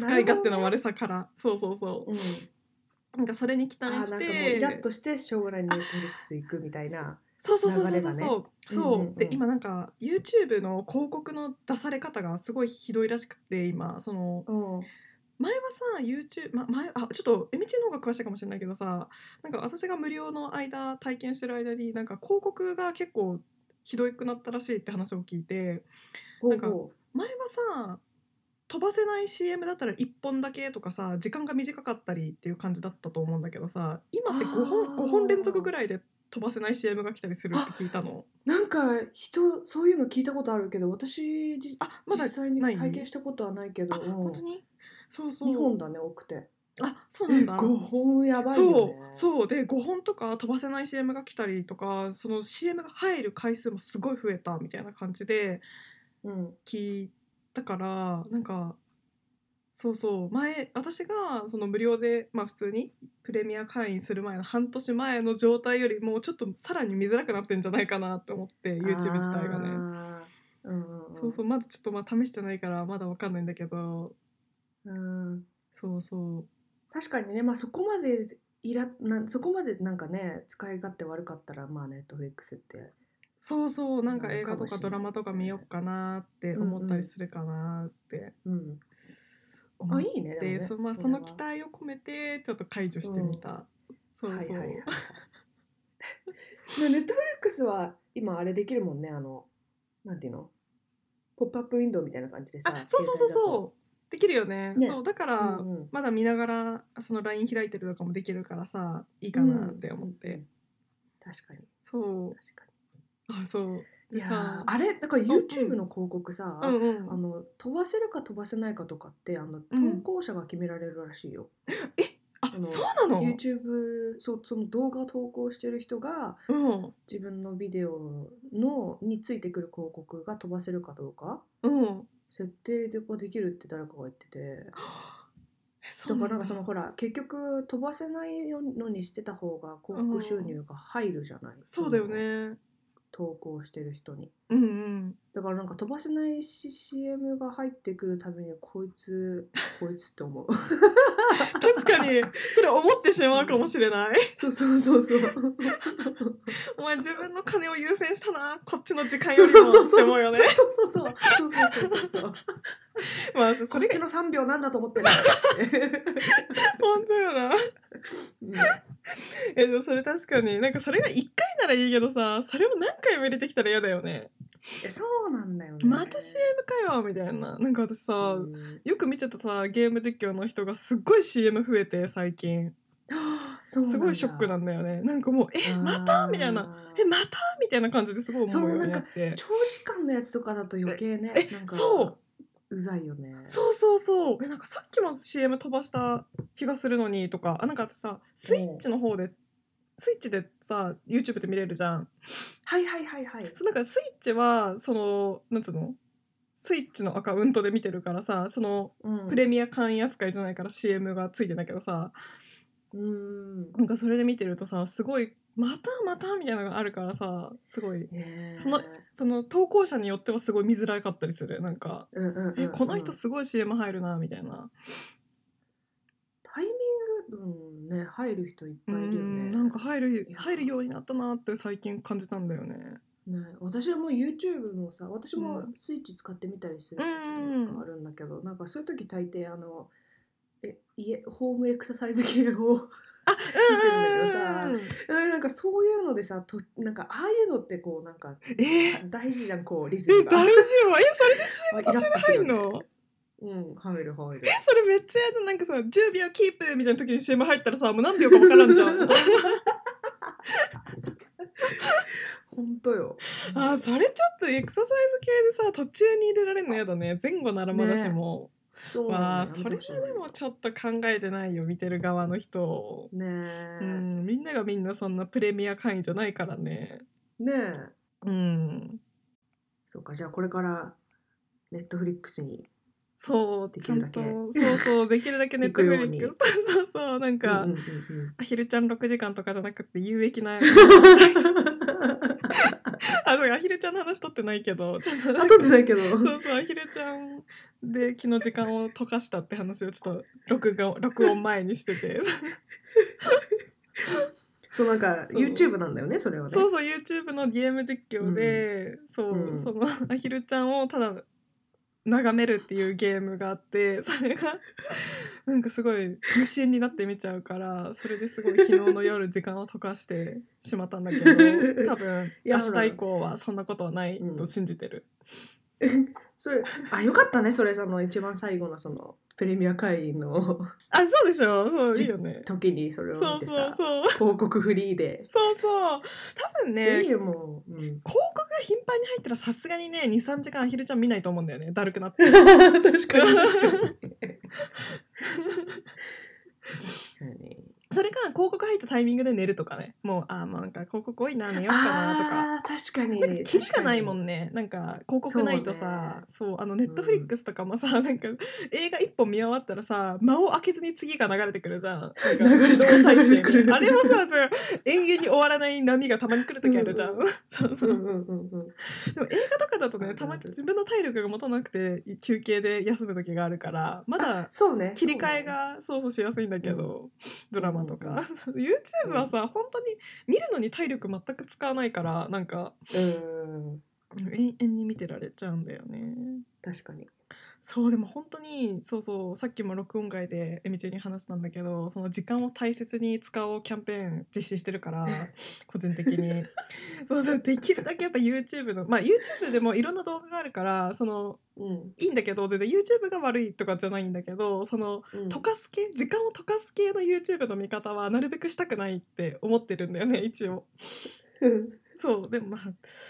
[SPEAKER 4] 使い勝手の悪さから、そうそうそう
[SPEAKER 3] うん、
[SPEAKER 4] なんかそれに期
[SPEAKER 3] あー
[SPEAKER 4] 待
[SPEAKER 3] な
[SPEAKER 4] し
[SPEAKER 3] んかもうイ
[SPEAKER 4] て
[SPEAKER 3] ラッとしてしょうがないネットフリックス行くみたいな
[SPEAKER 4] そうそうそうそう
[SPEAKER 3] 流
[SPEAKER 4] そ
[SPEAKER 3] れ
[SPEAKER 4] う
[SPEAKER 3] がね
[SPEAKER 4] そうそう、
[SPEAKER 3] うんうんうん
[SPEAKER 4] で今なんか YouTube の広告の出され方がすごいひどいらしくて今その
[SPEAKER 3] うん
[SPEAKER 4] 前はさ YouTube、ま、前あちょっとえみちの方が詳しいかもしれないけどさなんか私が無料の間体験してる間になんか広告が結構ひどくなったらしいって話を聞いて
[SPEAKER 3] ほ
[SPEAKER 4] な
[SPEAKER 3] うん
[SPEAKER 4] か
[SPEAKER 3] ほ
[SPEAKER 4] 前はさ飛ばせない CM だったら1本だけとかさ時間が短かったりっていう感じだったと思うんだけどさ今って5
[SPEAKER 3] あ
[SPEAKER 4] 本
[SPEAKER 3] ー
[SPEAKER 4] 五本連続ぐらいで飛ばせない CM が来たりするって聞いたの
[SPEAKER 3] うなんか人そういうの聞いたことあるけど私じ
[SPEAKER 4] あまだ
[SPEAKER 3] 実際に
[SPEAKER 4] ない
[SPEAKER 3] 体験したことはないけど
[SPEAKER 4] あ
[SPEAKER 3] うん
[SPEAKER 4] 本当にそうそう
[SPEAKER 3] 日本だね多くて
[SPEAKER 4] あそうなんだ
[SPEAKER 3] 5本やばいよ
[SPEAKER 4] そう
[SPEAKER 3] ね
[SPEAKER 4] そうで5本とか飛ばせない CM が来たりとかその CM が入る回数もすごい増えたみたいな感じで
[SPEAKER 3] う、うん、
[SPEAKER 4] 聞いたからなんかそうそう前私がその無料でまあ普通にプレミア会員する前の半年前の状態よりもちょっとさらに見づらくなってんじゃないかなって思って YouTube 自体が
[SPEAKER 3] あ
[SPEAKER 4] ね。
[SPEAKER 3] ーうんうんん
[SPEAKER 4] そうそうまずちょっとまあ試してないからまだわかんないんだけど
[SPEAKER 3] うん
[SPEAKER 4] そうそう
[SPEAKER 3] 確かにね、まあ、そこまでイラなんそこまでなんかね使い勝手悪かったらまあネットフリックスって
[SPEAKER 4] そうそうなんか
[SPEAKER 3] なの
[SPEAKER 4] 映
[SPEAKER 3] か
[SPEAKER 4] 画
[SPEAKER 3] も
[SPEAKER 4] と
[SPEAKER 3] しれ
[SPEAKER 4] か
[SPEAKER 3] ない
[SPEAKER 4] ドラマとか見ようかなって思ったりするかなって
[SPEAKER 3] うん
[SPEAKER 4] 思
[SPEAKER 3] あ
[SPEAKER 4] っ
[SPEAKER 3] い
[SPEAKER 4] て、
[SPEAKER 3] いねでもね
[SPEAKER 4] そまあ、
[SPEAKER 3] れ
[SPEAKER 4] その
[SPEAKER 3] は
[SPEAKER 4] 期待を込めてちょっと解除してみた、そうそう、
[SPEAKER 3] はいはい はいはい。ネットフリックスは今あれできるもんねあのなんていうのポップアップウィンドウみたいな感じでさ
[SPEAKER 4] あそうそうそうそうできるよね
[SPEAKER 3] ね
[SPEAKER 4] そうだか
[SPEAKER 3] う
[SPEAKER 4] ら、
[SPEAKER 3] んうん、
[SPEAKER 4] まだ見ながらその LINE 開いてるとかもできるからさいいかなって思って、
[SPEAKER 3] うん確かに
[SPEAKER 4] そう
[SPEAKER 3] 確か
[SPEAKER 4] あそう
[SPEAKER 3] にい
[SPEAKER 4] で
[SPEAKER 3] やー
[SPEAKER 4] さ
[SPEAKER 3] あれだから
[SPEAKER 4] んうん
[SPEAKER 3] YouTube の広告さ、
[SPEAKER 4] うんう
[SPEAKER 3] あ
[SPEAKER 4] ん
[SPEAKER 3] の飛ばせるか飛ばせないかとかってあの
[SPEAKER 4] うん
[SPEAKER 3] 投稿者が決められるらしいよ、
[SPEAKER 4] あ
[SPEAKER 3] あの
[SPEAKER 4] そうなの、
[SPEAKER 3] YouTube そうその動画を投稿してる人が
[SPEAKER 4] うん
[SPEAKER 3] 自分のビデオのについてくる広告が飛ばせるかどうか
[SPEAKER 4] うん
[SPEAKER 3] 設定でこうできるって誰かが言ってて
[SPEAKER 4] えそ
[SPEAKER 3] だ
[SPEAKER 4] う
[SPEAKER 3] か
[SPEAKER 4] な
[SPEAKER 3] らなん
[SPEAKER 4] んだ
[SPEAKER 3] かそのほら結局飛ばせないのにしてた方が広告収入が入るじゃない、
[SPEAKER 4] そうだよね
[SPEAKER 3] 投稿してる人に
[SPEAKER 4] う んうん
[SPEAKER 3] だからなんか飛ばせないし CM が入ってくるたびにこいつこいつって思う
[SPEAKER 4] 確かにそれ思ってしまうかもしれない
[SPEAKER 3] そうそうそうそうそう
[SPEAKER 4] お前自分の金を優先したなこっちの時間
[SPEAKER 3] そ
[SPEAKER 4] よ
[SPEAKER 3] う
[SPEAKER 4] りも
[SPEAKER 3] そうそう
[SPEAKER 4] って思うよね
[SPEAKER 3] そうそうそうそうそうそう そう
[SPEAKER 4] まあそ
[SPEAKER 3] こ
[SPEAKER 4] れ
[SPEAKER 3] っ
[SPEAKER 4] が
[SPEAKER 3] ちの3秒なんだと思ってる
[SPEAKER 4] 本当よな
[SPEAKER 3] うん
[SPEAKER 4] えでもそれ確かになんかそれが1回ならいいけどさそれを何回も入れてきたら嫌だよね
[SPEAKER 3] えそうなんだよね
[SPEAKER 4] また CM かよみたいななんか私さ、
[SPEAKER 3] うん
[SPEAKER 4] よく見てたさゲーム実況の人がすっごい CM 増えて最近
[SPEAKER 3] そうなんだ
[SPEAKER 4] すごいショックなんだよねなんかもうえまたみたいな
[SPEAKER 3] あー
[SPEAKER 4] えまたみたいな感じですごい思うよ
[SPEAKER 3] そう
[SPEAKER 4] ね
[SPEAKER 3] なんか
[SPEAKER 4] って
[SPEAKER 3] 長時間のやつとかだと余計ね
[SPEAKER 4] え
[SPEAKER 3] なんか
[SPEAKER 4] そう
[SPEAKER 3] うざいよね
[SPEAKER 4] そうそうそうえなんかさっきも CM 飛ばした気がするのにとかあなんか私さスイッチの方でスイッチでさ YouTube で見れるじゃん
[SPEAKER 3] はいはいはいはい
[SPEAKER 4] そうなんかスイッチはそのなんつうのスイッチのアカウントで見てるからさその
[SPEAKER 3] うん
[SPEAKER 4] プレミア会員扱いじゃないから CM がついてんだけどさ
[SPEAKER 3] うんね
[SPEAKER 4] なんかそれで見てるとさすごいまたまたみたいなのがあるからさすごい
[SPEAKER 3] え
[SPEAKER 4] そのその投稿者によってはすごい見づらかったりするなんか
[SPEAKER 3] うんうんうんうん
[SPEAKER 4] えこの人すごい CM 入るなみたいな
[SPEAKER 3] タイミングうんね入る人いっぱいいるよ
[SPEAKER 4] うん
[SPEAKER 3] ね
[SPEAKER 4] なんか入る
[SPEAKER 3] いや
[SPEAKER 4] 入るようになったなって最近感じたんだよね。
[SPEAKER 3] ね私はもう YouTube もさ私も
[SPEAKER 4] うん
[SPEAKER 3] スイッチ使ってみたりする時
[SPEAKER 4] うん
[SPEAKER 3] があるんだけどなんかそういう時大抵あのえ家ホームエクササイズ系を 見てるんだけどさなんかそういうのでさとなんかああいうのってこうなんか
[SPEAKER 4] えーえ
[SPEAKER 3] 大事じゃんこうリズム
[SPEAKER 4] 大丈
[SPEAKER 3] が
[SPEAKER 4] 夫えそれで
[SPEAKER 3] あイ
[SPEAKER 4] CM 途中で入ん
[SPEAKER 3] ラッとすよ
[SPEAKER 4] の
[SPEAKER 3] ねうん入る入る
[SPEAKER 4] それめっちゃやだなんかさ10秒キープみたいな時に CM 入ったらさもう何秒か分からんじゃ ん
[SPEAKER 3] 本当よ
[SPEAKER 4] あーそれちょっとエクササイズ系でさ途中に入れられるのやだね前後ならまだしも、
[SPEAKER 3] そう
[SPEAKER 4] わあ
[SPEAKER 3] や
[SPEAKER 4] そ
[SPEAKER 3] めて
[SPEAKER 4] れ
[SPEAKER 3] ほしい
[SPEAKER 4] はでもちょっと考えてないよ見てる側の人を、
[SPEAKER 3] ね
[SPEAKER 4] う
[SPEAKER 3] え、
[SPEAKER 4] ん、みんながみんなそんなプレミア会員じゃないからね
[SPEAKER 3] ねえ
[SPEAKER 4] うん
[SPEAKER 3] そうかじゃあこれからネットフリックスに
[SPEAKER 4] そう
[SPEAKER 3] で
[SPEAKER 4] ち
[SPEAKER 3] き
[SPEAKER 4] ゃ
[SPEAKER 3] る
[SPEAKER 4] ん
[SPEAKER 3] だけ
[SPEAKER 4] とそうそうできる だけネットフリックスそうそうなんか、
[SPEAKER 3] うんうんうんうん
[SPEAKER 4] アヒルちゃん6時間とかじゃなくて有 益なあのアヒルちゃんの話取ってないけどちょっとなんか
[SPEAKER 3] 後でだけど
[SPEAKER 4] そうそう、アヒルちゃんで昨日時間を溶かしたって話をちょっと録画録音前にしてて
[SPEAKER 3] そうなんか
[SPEAKER 4] そう
[SPEAKER 3] YouTube なんだよねそれはね
[SPEAKER 4] そうそう YouTube のゲーム実況で、そう、
[SPEAKER 3] うん
[SPEAKER 4] そのアヒルちゃんをただ眺めるっていうゲームがあってそれがなんかすごい無心になって見ちゃうからそれですごい昨日の夜時間を溶かしてしまったんだ けど多分
[SPEAKER 3] いや
[SPEAKER 4] 明日以降はそんなことはないと信じてる。
[SPEAKER 3] それあよかったねそれその一番最後のそのプレミア会員 の
[SPEAKER 4] あそうでしょそういいよね。
[SPEAKER 3] 時にそれ
[SPEAKER 4] そ
[SPEAKER 3] を見
[SPEAKER 4] う
[SPEAKER 3] て
[SPEAKER 4] そう
[SPEAKER 3] さ
[SPEAKER 4] そう。
[SPEAKER 3] 広告フリーで。
[SPEAKER 4] そうそう多分ね
[SPEAKER 3] でいい
[SPEAKER 4] 広
[SPEAKER 3] よもう、 うん、
[SPEAKER 4] 告が頻繁に入ったらさすがにね23時間ひるちゃん見ないと思うんだよねだるくなって
[SPEAKER 3] 確かに確かに
[SPEAKER 4] それか広告入ったタイミングで寝るとかねもうあーまあなんか広告多いな寝ようかなとか。
[SPEAKER 3] あー確かに
[SPEAKER 4] なんかキリがないも
[SPEAKER 3] ね
[SPEAKER 4] んねなんか広告ないとさそう,、あのネットフリックスとかもさ、なんか映画1本見終わったらさ間を空けずに次が流れてくるじゃんなんか
[SPEAKER 3] 流れてくる
[SPEAKER 4] 自動再生
[SPEAKER 3] 流れてくる
[SPEAKER 4] あれもさそう永遠に終わらない波がたまに来る時あるじゃん、
[SPEAKER 3] う
[SPEAKER 4] そうそう
[SPEAKER 3] うんうんうんうん
[SPEAKER 4] でも映画とかだとねたまに自分の体力が持たなくて休憩で休む時があるからまだ
[SPEAKER 3] そうね
[SPEAKER 4] 切り替えがそうそうしやすいんだけど、ドラマとか、YouTube はさ本当に見るのに体力全く使わないからなんか
[SPEAKER 3] そうねうん
[SPEAKER 4] 永遠に見てられちゃうんだよね。
[SPEAKER 3] 確かに
[SPEAKER 4] そうでも本当にそうそうさっきも録音外でえみちゃんに話したんだけどその時間を大切に使おうキャンペーン実施してる から個人的に そうそうできるだけやっぱ YouTube のまあ YouTube でもいろんな動画があるからその
[SPEAKER 3] うん
[SPEAKER 4] いいんだけど全然 YouTube が悪いとかじゃないんだけどその
[SPEAKER 3] うん
[SPEAKER 4] 溶かす系時間を溶かす系の YouTube の見方はなるべくしたくないって思ってるんだよね一応
[SPEAKER 3] うん
[SPEAKER 4] そうでもまあ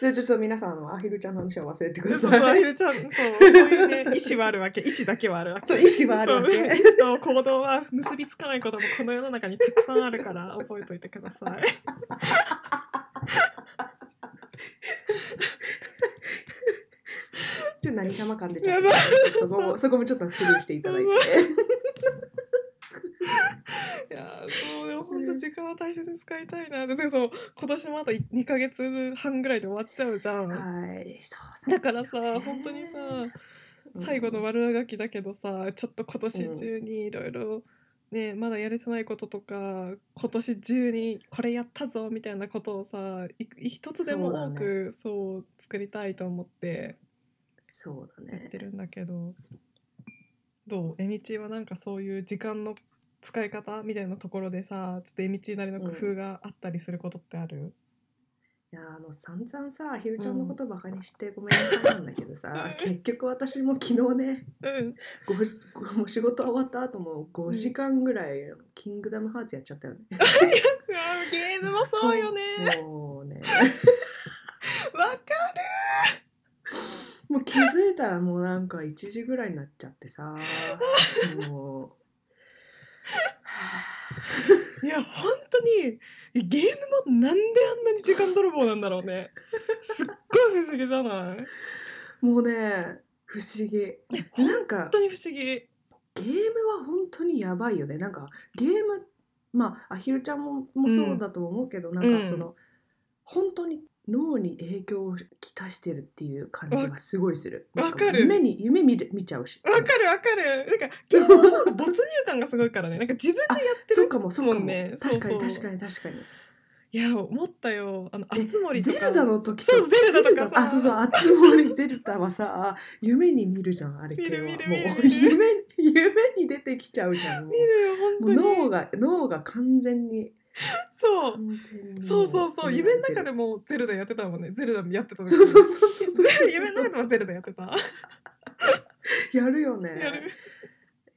[SPEAKER 3] でちょっと皆さんあのアヒルちゃんの話は忘れてくだ
[SPEAKER 4] そう
[SPEAKER 3] さ
[SPEAKER 4] アヒ
[SPEAKER 3] い。
[SPEAKER 4] ルちゃんそうそういうね 意思はあるわけ意思だけはあるわけ
[SPEAKER 3] そう意思はあるわけ
[SPEAKER 4] そう意思と行動は結びつかないこともこの世の中にたくさんあるから覚えといてください
[SPEAKER 3] ちょっと何様感出ちゃっ
[SPEAKER 4] やば
[SPEAKER 3] た。そこもそこもちょっとスルーしてい ただいて。
[SPEAKER 4] いやーそうでも本当時間は大切に使いたいなででそう今年もあと2ヶ月半ぐらいで終わっちゃうじゃん
[SPEAKER 3] はい、そう
[SPEAKER 4] だからさ本当にさ最後の
[SPEAKER 3] は
[SPEAKER 4] 悪あがきだけどさちょっと今年中にいろいろねまだやれてないこととか今年中にこれやったぞみたいなことをさい一つでも多くそう,、作りたいと思って
[SPEAKER 3] そうだ
[SPEAKER 4] やっ
[SPEAKER 3] ね
[SPEAKER 4] て。るんだけどどうえみちはなんかそういう時間の使い方みたいなところでさちょっとえみちなりの工夫があったりすることってある、
[SPEAKER 3] いやあの散々さアヒルちゃんのことバカにしてごめんなさいなんだけどさ、
[SPEAKER 4] うん
[SPEAKER 3] 結局私も昨日ね
[SPEAKER 4] うん、
[SPEAKER 3] ごごもう仕事終わった後も5時間ぐらいキングダムハーツやっちゃったよね。
[SPEAKER 4] ゲームもそうよね
[SPEAKER 3] もうね
[SPEAKER 4] わか
[SPEAKER 3] もう気づいたらもうなんか1時ぐらいになっちゃってさもう
[SPEAKER 4] いや本当にゲームもなんであんなに時間泥棒なんだろ うねすっごい不思議じゃない本
[SPEAKER 3] もうね不思議なんか
[SPEAKER 4] 当に不思議
[SPEAKER 3] ゲームは本当にやばいよねなんかゲームまあアヒルちゃんももそうだと思うけど、なんかその、本当に脳に影響をきたしてるっていう感じがすごいする
[SPEAKER 4] わ
[SPEAKER 3] なん
[SPEAKER 4] わかる
[SPEAKER 3] 夢に夢見る見ちゃうし
[SPEAKER 4] わかるわかるなんかゲームの没入感がすごいからねなんか自分でやっ て
[SPEAKER 3] そう
[SPEAKER 4] る
[SPEAKER 3] かもそうかも
[SPEAKER 4] もうね
[SPEAKER 3] 確かに
[SPEAKER 4] そうそう
[SPEAKER 3] 確かに確かに
[SPEAKER 4] いや思ったよあの
[SPEAKER 3] え
[SPEAKER 4] 熱森と
[SPEAKER 3] ゼ
[SPEAKER 4] か
[SPEAKER 3] ルダの時
[SPEAKER 4] そうゼルダとかさ
[SPEAKER 3] あそうそうあっちもゼルダはさ 夢に見るじゃんあれ系は
[SPEAKER 4] 見る見る
[SPEAKER 3] も
[SPEAKER 4] 見る
[SPEAKER 3] う 夢夢に出てきちゃうじゃんも
[SPEAKER 4] 見るよ
[SPEAKER 3] う
[SPEAKER 4] 本
[SPEAKER 3] もう
[SPEAKER 4] 当
[SPEAKER 3] 脳
[SPEAKER 4] に
[SPEAKER 3] が脳が完全に
[SPEAKER 4] そう
[SPEAKER 3] 完全に
[SPEAKER 4] そうそうそう夢の中で
[SPEAKER 3] も
[SPEAKER 4] もゼルダやってたもんねゼルダやってた
[SPEAKER 3] う
[SPEAKER 4] 時
[SPEAKER 3] そうそうそうそうそう そう
[SPEAKER 4] 夢の中でもゼルダやってた
[SPEAKER 3] やるよね
[SPEAKER 4] やる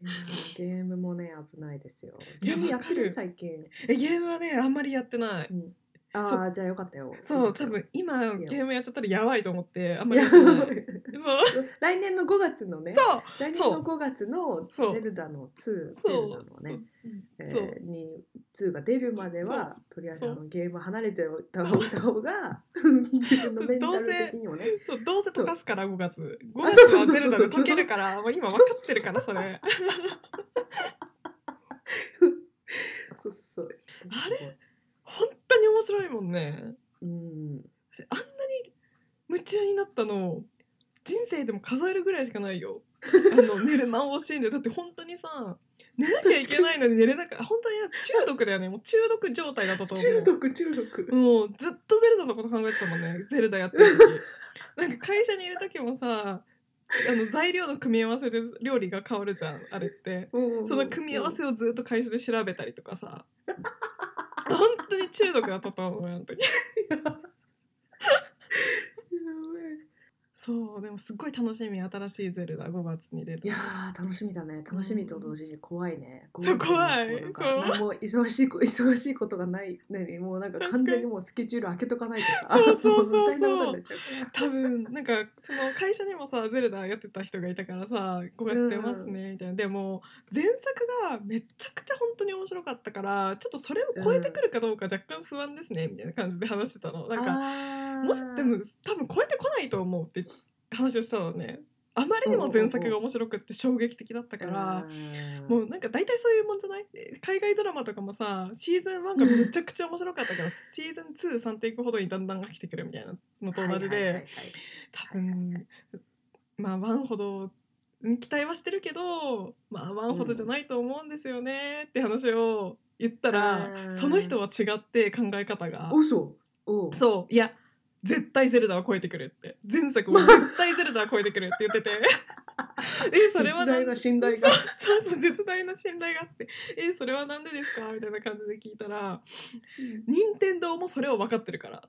[SPEAKER 3] いやーゲームもね危ないですよ
[SPEAKER 4] いや
[SPEAKER 3] ゲームや
[SPEAKER 4] わ
[SPEAKER 3] っ
[SPEAKER 4] か
[SPEAKER 3] て
[SPEAKER 4] る
[SPEAKER 3] る最近
[SPEAKER 4] えゲームはねあんまりやってない
[SPEAKER 3] うんああじゃあよかったよ
[SPEAKER 4] そう多分今
[SPEAKER 3] いよ
[SPEAKER 4] ゲームやっちゃったらやばいと思ってあんま
[SPEAKER 3] い
[SPEAKER 4] り
[SPEAKER 3] や
[SPEAKER 4] 良くないそう
[SPEAKER 3] 来年の5月のね
[SPEAKER 4] そう
[SPEAKER 3] 来年
[SPEAKER 4] そう
[SPEAKER 3] の5月の「
[SPEAKER 4] そう
[SPEAKER 3] ゼルダの2」ゼル
[SPEAKER 4] そ
[SPEAKER 3] ダ
[SPEAKER 4] う
[SPEAKER 3] のね、え
[SPEAKER 4] そう
[SPEAKER 3] ー、に2が出るまではとりあえずあ
[SPEAKER 4] そ
[SPEAKER 3] のゲーム離れておいた方 が自分のメンタル的にもね
[SPEAKER 4] そうどうせ溶かすから5月5
[SPEAKER 3] あ
[SPEAKER 4] 月
[SPEAKER 3] そうそうそうそう
[SPEAKER 4] はゼルダで溶けるからもう今分かってるからそれ
[SPEAKER 3] そうそうそう
[SPEAKER 4] あ本当に面白いもんね
[SPEAKER 3] うん
[SPEAKER 4] 私あんなに夢中になったの人生でも数えるぐらいしかないよあ の寝る間を惜しいんでだって本当にさ寝なきゃいけないのに寝れなかった本当に中毒だよねもう中毒状態だったと思う
[SPEAKER 3] 中毒中毒
[SPEAKER 4] もうずっとゼルダのこと考えてたもんねゼルダやってる時なんか会社にいる時もさあの材料の組み合わせで料理が変わるじゃんあれってその組み合わせをずっと会社で調べたりとかさ本当に中毒だったと思うよあの時そうでもすっごい楽しみ新しいゼルダ5月に出る
[SPEAKER 3] いやー楽しみだね楽しみと同時に怖いね、
[SPEAKER 4] そう怖い
[SPEAKER 3] もうなんか
[SPEAKER 4] そう
[SPEAKER 3] 何も忙しいこ忙しいことがない何もうなんか
[SPEAKER 4] 確かに
[SPEAKER 3] 完全にもうスケジュール開けとかないとさ
[SPEAKER 4] そうそうそうそう
[SPEAKER 3] も大変なことになっちゃうから
[SPEAKER 4] 多分なんかその会社にもさゼルダやってた人がいたからさ5月出ますねみたいな、でも前作がめちゃくちゃ本当に面白かったからちょっとそれを超えてくるかどうか若干不安ですね、みたいな感じで話してたのなんか
[SPEAKER 3] あー
[SPEAKER 4] もしでも多分超えてこないと思うって話をしたのねあまりにも前作が面白くって衝撃的だったから、
[SPEAKER 3] うん
[SPEAKER 4] もうなんか大体そういうもんじゃない海外ドラマとかもさシーズン1がめちゃくちゃ面白かったからシーズン23っていくほどにだんだん飽きてくるみたいなのと同じで、
[SPEAKER 3] はいはいはいはい
[SPEAKER 4] 多分まあ1ほどうん期待はしてるけどまあ1ほどじゃないと思うんですよねって話を言ったら、
[SPEAKER 3] うん
[SPEAKER 4] その人は違って考え方が
[SPEAKER 3] 嘘おう
[SPEAKER 4] そういや絶対ゼルダは超えてくるって前 作も絶対ゼルダは超えてくるって言って てえそれ
[SPEAKER 3] 絶
[SPEAKER 4] はなん
[SPEAKER 3] 大な信頼が
[SPEAKER 4] そうそう絶大な信頼があって「えそれはなんでですか?」みたいな感じで聞いたら任天堂もそれを分かってるから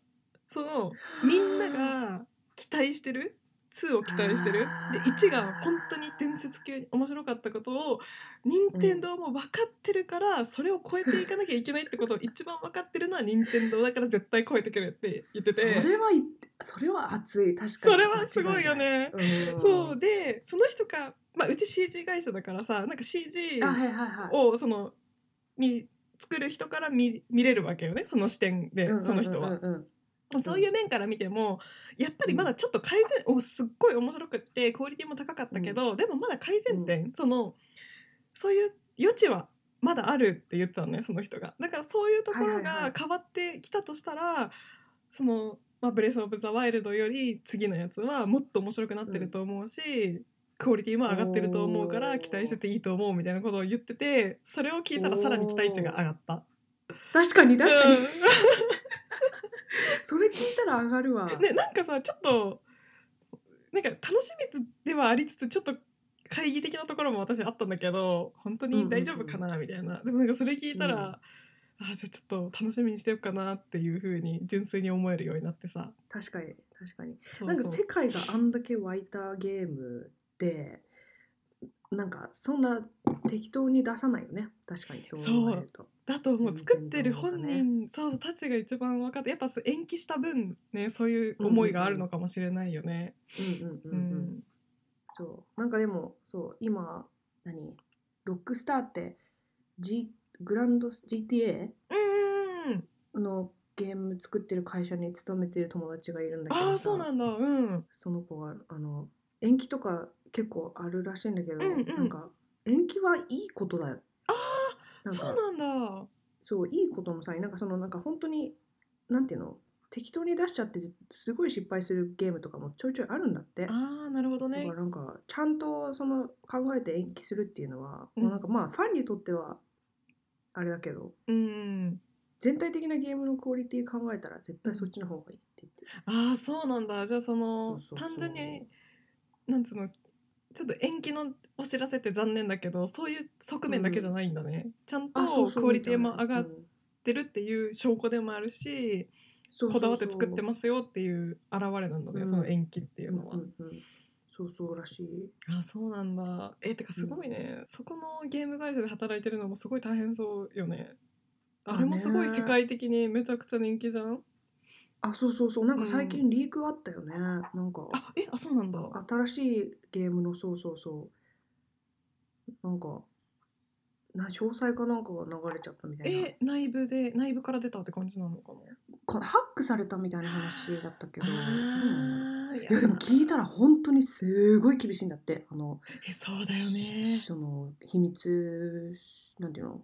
[SPEAKER 4] そのみんなが期待してる2を期待してる
[SPEAKER 3] あ
[SPEAKER 4] で
[SPEAKER 3] ー
[SPEAKER 4] 1が本当に伝説級に面白かったことを任天堂も分かってるから、それを超えていかなきゃいけないってことを一番分かってるのは任天堂だから絶対超えてくるって言ってて
[SPEAKER 3] それはいそれは熱い確かに
[SPEAKER 4] それはすごいよね。
[SPEAKER 3] 間違いないうん
[SPEAKER 4] そうでその人が、まあ、うち CG 会社だからさなんか CG
[SPEAKER 3] あはいはいはい
[SPEAKER 4] をその見作る人から見見れるわけよねその視点で
[SPEAKER 3] うんうんうんうん
[SPEAKER 4] その人は。そういう面から見てもやっぱりまだちょっと改善おすっごい面白くってクオリティも高かったけど、でもまだ改善点、そのそういう余地はまだあるって言ってたのねその人が。だからそういうところ
[SPEAKER 3] はいはいは
[SPEAKER 4] が
[SPEAKER 3] い
[SPEAKER 4] 変わってきたとしたら、その、まあ、ブレス・オブ・ザ・ワイルドより次のやつはもっと面白くなってると思うし、クオリティも上がってると思うか
[SPEAKER 3] お
[SPEAKER 4] ら
[SPEAKER 3] ー
[SPEAKER 4] 期待してていいと思うみたいなことを言っててそれを聞いたらさらに期待値が上がった。
[SPEAKER 3] 確かに確かに
[SPEAKER 4] うん
[SPEAKER 3] それ聞いたら上がるわ
[SPEAKER 4] ね、なんかさちょっとなんか楽しみではありつつちょっと懐疑的なところも私あったんだけど本当に大丈夫かなみたいな、でもなんかそれ聞いたら、あじゃあちょっと楽しみにしてようかなっていうふうに純粋に思えるようになってさ
[SPEAKER 3] 確かに確かに
[SPEAKER 4] そう
[SPEAKER 3] なんか
[SPEAKER 4] そう
[SPEAKER 3] 世界があんだけ湧いたゲームでなんかそんな適当に出さないよね確かにそう言われると
[SPEAKER 4] だともう
[SPEAKER 3] うん
[SPEAKER 4] 作ってる本人、そうそうたちが一番分かってやっぱそう延期した分ねそういう思いがあるのかもしれないよね。
[SPEAKER 3] うんうん
[SPEAKER 4] う
[SPEAKER 3] うんうん
[SPEAKER 4] ん
[SPEAKER 3] そうなんかでもそう今何ロックスターって、G、グランド GTA
[SPEAKER 4] うんうん
[SPEAKER 3] のゲーム作ってる会社に勤めてる友達がいるんだけど
[SPEAKER 4] あ
[SPEAKER 3] さ
[SPEAKER 4] あそうなんだうん
[SPEAKER 3] その子があの延期とか結構あるらしいんだけど、
[SPEAKER 4] うんうん
[SPEAKER 3] なんか延期はいいことだよ
[SPEAKER 4] ああ
[SPEAKER 3] なんか
[SPEAKER 4] そうなんだ
[SPEAKER 3] そういいこともさなんかそのなんか本当になんていうの適当に出しちゃってすごい失敗するゲームとかもちょいちょいあるんだって。
[SPEAKER 4] ああなるほど
[SPEAKER 3] だ
[SPEAKER 4] ね
[SPEAKER 3] からなんかちゃんとその考えて延期するっていうのは、
[SPEAKER 4] うん
[SPEAKER 3] もうなんかまあファンにとってはあれだけど
[SPEAKER 4] うん
[SPEAKER 3] 全体的なゲームのクオリティ考えたら絶対そっちの方がいいって言ってる、
[SPEAKER 4] ああそうなんだじゃあその
[SPEAKER 3] そうそうそう
[SPEAKER 4] 単純になんつうのちょっと延期のお知らせって残念だけどそういう側面だけじゃないんだね、ちゃんとクオリティも上がっ
[SPEAKER 3] うん
[SPEAKER 4] てるっていう証拠でもあるし、
[SPEAKER 3] そうそうそう
[SPEAKER 4] こだわって作ってますよっていう現れなんだ
[SPEAKER 3] う
[SPEAKER 4] ね、
[SPEAKER 3] ん
[SPEAKER 4] その延期っていう
[SPEAKER 3] うん
[SPEAKER 4] のは、
[SPEAKER 3] うんうんそうそうらしい
[SPEAKER 4] あそうなんだえてかすごいね、そこのゲーム会社で働いてるのもすごい大変そうよねあれもすごい世界的にめちゃくちゃ人気じゃん
[SPEAKER 3] あそうそうそうなんか最近リークあったよね、なんか
[SPEAKER 4] あえあそうなんだ
[SPEAKER 3] 新しいゲームのそうそうそうなんかな詳細かなんかが流れちゃったみたいな
[SPEAKER 4] え内部で内部から出たって感じなのかな
[SPEAKER 3] こハックされたみたいな話だったけど、うん
[SPEAKER 4] あー
[SPEAKER 3] いやでも聞いたら本当にすごい厳しいんだってあの
[SPEAKER 4] えそうだよね
[SPEAKER 3] その秘密なんていう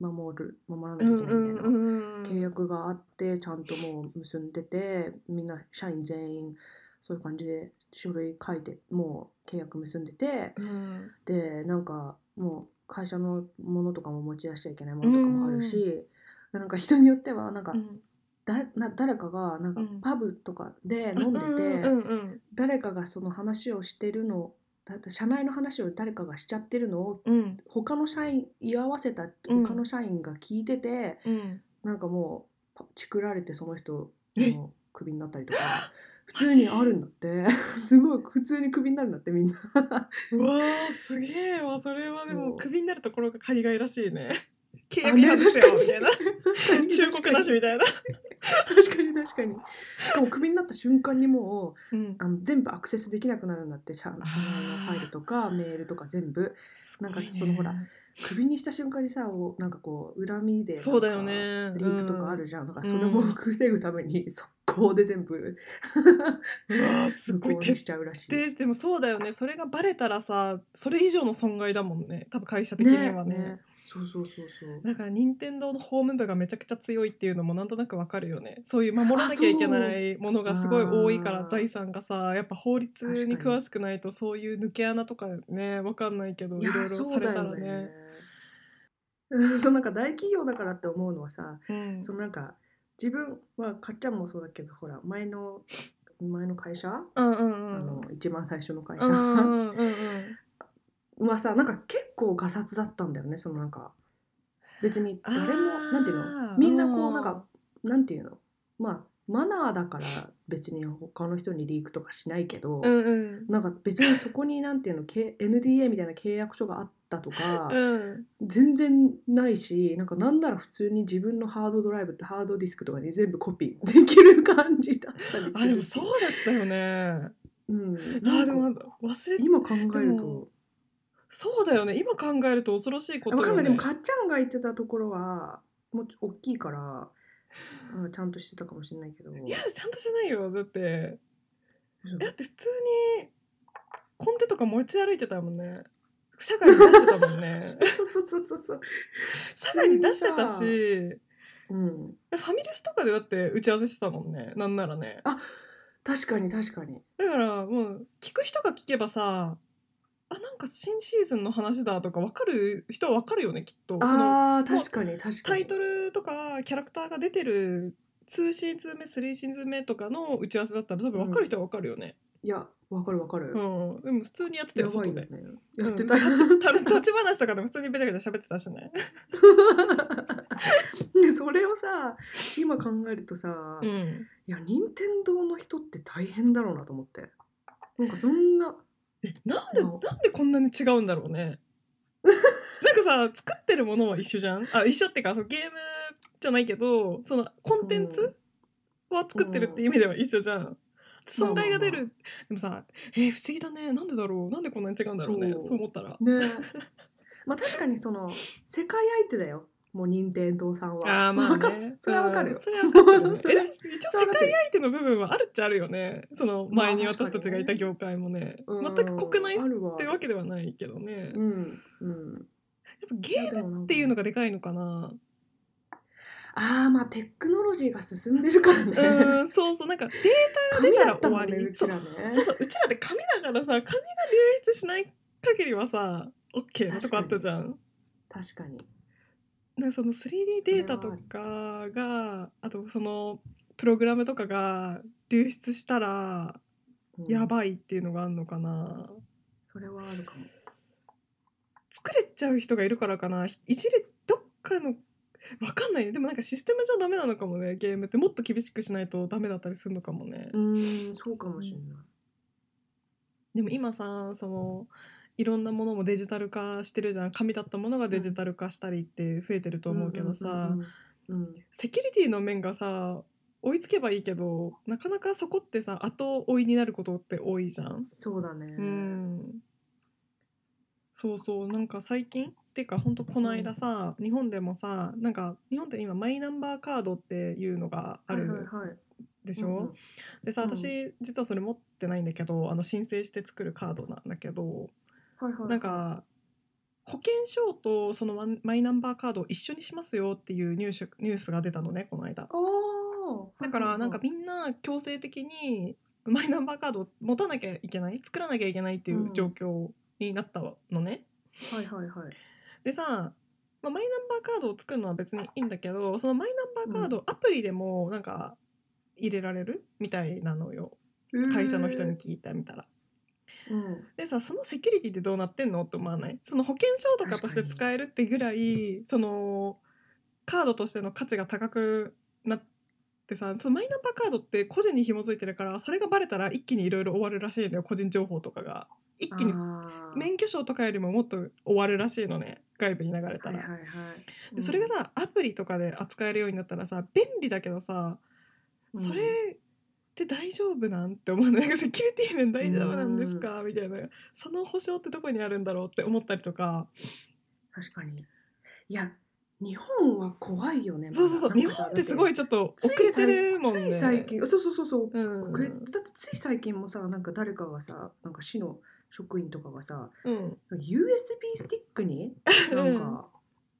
[SPEAKER 3] の守る守らな
[SPEAKER 4] う
[SPEAKER 3] きゃ
[SPEAKER 4] ん
[SPEAKER 3] いけないみたいな、
[SPEAKER 4] うんうん
[SPEAKER 3] 契約があってちゃんともう結んでてみんな社員全員そういう感じで書類書いてもう契約結んでて
[SPEAKER 4] うん
[SPEAKER 3] でなんかもう会社のものとかも持ち出しちゃいけないものとかもあるし、なんか人によってはなんか、
[SPEAKER 4] うん
[SPEAKER 3] 誰な誰かがなんか
[SPEAKER 4] うん
[SPEAKER 3] パブとかで飲んでて、
[SPEAKER 4] うんうんうん
[SPEAKER 3] 誰かがその話をしてるのだって社内の話を誰かがしちゃってるのを
[SPEAKER 4] うん
[SPEAKER 3] 他の社員居合わせた
[SPEAKER 4] うん
[SPEAKER 3] 他の社員が聞いてて。
[SPEAKER 4] うん
[SPEAKER 3] なんかもうパチクられてその人
[SPEAKER 4] え
[SPEAKER 3] のクビになったりと か普通にあるんだってすごい普通にクビになるんだってみんな
[SPEAKER 4] うわーすげえわそれはで
[SPEAKER 3] そ
[SPEAKER 4] も
[SPEAKER 3] う
[SPEAKER 4] クビになるところが海外らしい ね契
[SPEAKER 3] あ
[SPEAKER 4] 約
[SPEAKER 3] ね
[SPEAKER 4] 違反ですよ
[SPEAKER 3] 確かに
[SPEAKER 4] みたいな
[SPEAKER 3] 確かに
[SPEAKER 4] 忠告なしみたいな、
[SPEAKER 3] 確かに確かにしかもクビになった瞬間にも
[SPEAKER 4] うん
[SPEAKER 3] う、あの全部アクセスできなくなるんだって社社内のファイルとかメールとか全部なんかそのほらクビにした瞬間にさをなんかこう恨みで
[SPEAKER 4] そうだよ
[SPEAKER 3] な
[SPEAKER 4] ね
[SPEAKER 3] んかリークとかあるじゃん、だからそれ
[SPEAKER 4] う
[SPEAKER 3] も
[SPEAKER 4] ん
[SPEAKER 3] 防ぐために 速攻で全部
[SPEAKER 4] うわーす
[SPEAKER 3] 無
[SPEAKER 4] ごい
[SPEAKER 3] 効
[SPEAKER 4] 徹
[SPEAKER 3] にしちゃうらしい。
[SPEAKER 4] 底でもそうだよねそれがバレたらさそれ以上の損害だもんね多分会社的にはね
[SPEAKER 3] そうそうそうそう
[SPEAKER 4] だから任天堂のホーム部がめちゃくちゃ強いっていうのもなんとなくわかるよねそういう守らなきゃいけないものがすごい多いか
[SPEAKER 3] あ
[SPEAKER 4] ら
[SPEAKER 3] ー
[SPEAKER 4] 財産がさやっぱ法律に
[SPEAKER 3] 確かに
[SPEAKER 4] 詳しくないとそういう抜け穴とかねわかんないけどい
[SPEAKER 3] や
[SPEAKER 4] ろいろ
[SPEAKER 3] そ
[SPEAKER 4] さ
[SPEAKER 3] う
[SPEAKER 4] れ
[SPEAKER 3] だ
[SPEAKER 4] た
[SPEAKER 3] よ
[SPEAKER 4] らね。
[SPEAKER 3] うん そうなんか大企業だからって思うのはさ、
[SPEAKER 4] うん
[SPEAKER 3] そのなんか自分はかっちゃんもそうだけどほら前の前の会社、
[SPEAKER 4] うんう
[SPEAKER 3] あ
[SPEAKER 4] んうん
[SPEAKER 3] の一番最初の会
[SPEAKER 4] う
[SPEAKER 3] 社、
[SPEAKER 4] んうんうんうん
[SPEAKER 3] はさなんか結構がさつだったんだよねそのなんか別に誰も
[SPEAKER 4] あー
[SPEAKER 3] なんていうのみんなこ
[SPEAKER 4] う
[SPEAKER 3] うんなんかなんていうのまあマナーだから別に他の人にリークとかしないけど、
[SPEAKER 4] うんうん
[SPEAKER 3] なんか別にそこになんていうの、K、NDA みたいな契約書があったとか、
[SPEAKER 4] うん
[SPEAKER 3] 全然ないしなんかなんなら普通に自分のハードドライブハードディスクとかに全部コピーできる感じだったり
[SPEAKER 4] あでもそうだったよね。
[SPEAKER 3] うん、
[SPEAKER 4] あ
[SPEAKER 3] な
[SPEAKER 4] ーでも
[SPEAKER 3] んか
[SPEAKER 4] 忘れ
[SPEAKER 3] 今考え
[SPEAKER 4] で
[SPEAKER 3] る
[SPEAKER 4] も
[SPEAKER 3] と
[SPEAKER 4] そうだよね今考えると恐ろしいこと
[SPEAKER 3] 分
[SPEAKER 4] よ、
[SPEAKER 3] かんな
[SPEAKER 4] ね。
[SPEAKER 3] いでもかっちゃんが言ってたところはもうちょ大きいから、うんちゃんとしてたかもしれないけど
[SPEAKER 4] いやちゃんとしてないよだって
[SPEAKER 3] そう
[SPEAKER 4] だって普通にコンテとか持ち歩いてたもんね社会に出してたもんね
[SPEAKER 3] そうそうそうそう、
[SPEAKER 4] 社会に出してたし
[SPEAKER 3] 普通
[SPEAKER 4] フ
[SPEAKER 3] うん、
[SPEAKER 4] ァミレスとかでだって打ち合わせしてたもんねなんならね
[SPEAKER 3] あ確かに確かに
[SPEAKER 4] だからもう聞く人が聞けばさあなんか新シーズンの話だとか分かる人は分かるよねきっとその
[SPEAKER 3] あー確かに確か
[SPEAKER 4] タ
[SPEAKER 3] に
[SPEAKER 4] イトルとかキャラクターが出てる2シーズン目3シーズン目とかの打ち合わせだったら多分分かる人は分かるよね、
[SPEAKER 3] いや分かる分かる、
[SPEAKER 4] うんでも普通にやってた
[SPEAKER 3] や
[SPEAKER 4] よ
[SPEAKER 3] ばい
[SPEAKER 4] 外
[SPEAKER 3] よ
[SPEAKER 4] で
[SPEAKER 3] ね。やってた、
[SPEAKER 4] うん立ちた立ち話とかでも普通にべちゃべちゃ喋ってたしね。
[SPEAKER 3] でそれをさ今考えるとさ、い
[SPEAKER 4] ん。
[SPEAKER 3] や任天堂の人って大変だろうなと思ってなんかそんな
[SPEAKER 4] えなんで
[SPEAKER 3] う
[SPEAKER 4] なん
[SPEAKER 3] ん
[SPEAKER 4] でこんなに違うんだろ うね。なんかさ作ってるものは一緒じゃんあ一緒っていうかそのゲームじゃないけどそのコンテンツは作ってるって意味では一緒じゃん。損害が出る、でもさえー不思議だねなんでだろうなんでこんなに違うんだろうねそ
[SPEAKER 3] そうう
[SPEAKER 4] 思ったら。
[SPEAKER 3] ねまあ確かにその世界相手だよもう任天堂さんは
[SPEAKER 4] あーまあ
[SPEAKER 3] わかっ
[SPEAKER 4] ね。
[SPEAKER 3] それはわかるよ
[SPEAKER 4] うんそれはわかるよね
[SPEAKER 3] それ
[SPEAKER 4] えでも一応世界相手の部分はあるっちゃあるよね。その前に
[SPEAKER 3] まあ
[SPEAKER 4] 私たちがいた業界もね。全く国 内
[SPEAKER 3] うんあるわ
[SPEAKER 4] ってわけではないけどね。やっ
[SPEAKER 3] うんうん
[SPEAKER 4] ぱゲーム
[SPEAKER 3] ム
[SPEAKER 4] っていうのがでかいのかな。
[SPEAKER 3] ああまあテクノロジーが進んでるから
[SPEAKER 4] う
[SPEAKER 3] ね
[SPEAKER 4] ーん、そうそう、なんかデータが
[SPEAKER 3] 紙
[SPEAKER 4] 出た
[SPEAKER 3] だっ
[SPEAKER 4] ら
[SPEAKER 3] た
[SPEAKER 4] 終
[SPEAKER 3] も
[SPEAKER 4] わ
[SPEAKER 3] んね
[SPEAKER 4] り。
[SPEAKER 3] う
[SPEAKER 4] そ
[SPEAKER 3] ち
[SPEAKER 4] う
[SPEAKER 3] らね
[SPEAKER 4] そうそう、うちらで紙だからさ、紙が流出しない限りはさ、オッケーなとこあったじゃん。
[SPEAKER 3] 確かに
[SPEAKER 4] なんかその 3D データとかが、あとそのプログラムとかが流出したら
[SPEAKER 3] うん
[SPEAKER 4] やばいっていうのがあるのかな。
[SPEAKER 3] それはあるかも
[SPEAKER 4] 作れちゃう人がいるからかな一例どっかのわかんないねでもなんかシステム上ダメなのかもねゲームってもっと厳しくしないとダメだったりするのかもね、
[SPEAKER 3] うんそうかもしれない
[SPEAKER 4] でも今さそのいろんなものもデジタル化してるじゃん紙だったものがデジタル化したりって増えてると思うけどさ、
[SPEAKER 3] んんんうんうん
[SPEAKER 4] セキュリティの面がさ追いつけばいいけどなかなかそこってさ後追いになることって多いじゃん。
[SPEAKER 3] そうだね、
[SPEAKER 4] うんそうそうなんか最近っていうかほんとこの間さ、日本でもさなんか日本って今マイナンバーカードっていうのがあ
[SPEAKER 3] はいはい
[SPEAKER 4] る
[SPEAKER 3] はい
[SPEAKER 4] で
[SPEAKER 3] で
[SPEAKER 4] しょ、でさ
[SPEAKER 3] うん
[SPEAKER 4] 私実はそれ持ってないんだけどあの申請して作るカードなんだけど
[SPEAKER 3] はいはい
[SPEAKER 4] なんか保険証とそのマンマイナンバーカードを一緒にしますよっていうニュースニュースが出たのねこの間。
[SPEAKER 3] おー
[SPEAKER 4] だからなんかみんな強制的にマイナンバーカードを持たなきゃいけない作らなきゃいけないっていう状況になったのね。
[SPEAKER 3] はいはいはい
[SPEAKER 4] でさ、まあ、マイナンバーカードを作るのは別にいいんだけどそのマイナンバーカードをアプリでもなんか入れられるみたいなのよ会社の人に、聞いたみたら。
[SPEAKER 3] うん、
[SPEAKER 4] でさそのセキュリティってどうなってんのって思わないその保険証とかとして使えるってぐらいそのカードとしての価値が高くなってさそのマイナンバーカードって個人に紐づいてるからそれがバレたら一気にいろいろ終わるらしいのよ個人情報とかが一気に
[SPEAKER 3] あー
[SPEAKER 4] 免許証とかよりももっと終わるらしいのね外部に流れた
[SPEAKER 3] はい
[SPEAKER 4] ら、
[SPEAKER 3] はいはい
[SPEAKER 4] でそれがさアプリとかで扱えるようになったらさ便利だけどさ
[SPEAKER 3] うん
[SPEAKER 4] それって大丈夫なんって思うなんかセキュリティ面大丈夫なんですか、みたいなその保証ってどこにあるんだろうって思ったりとか
[SPEAKER 3] 確かにいや日本は怖いよね
[SPEAKER 4] そうそうそう日本ってすご
[SPEAKER 3] い
[SPEAKER 4] いちょっと遅れてるもん
[SPEAKER 3] つ
[SPEAKER 4] ね
[SPEAKER 3] い最近そうそうそうそう
[SPEAKER 4] うん
[SPEAKER 3] これだってつい最近もさなんか誰かがさなんか市の職員とかがさ
[SPEAKER 4] うん
[SPEAKER 3] USB スティックになんか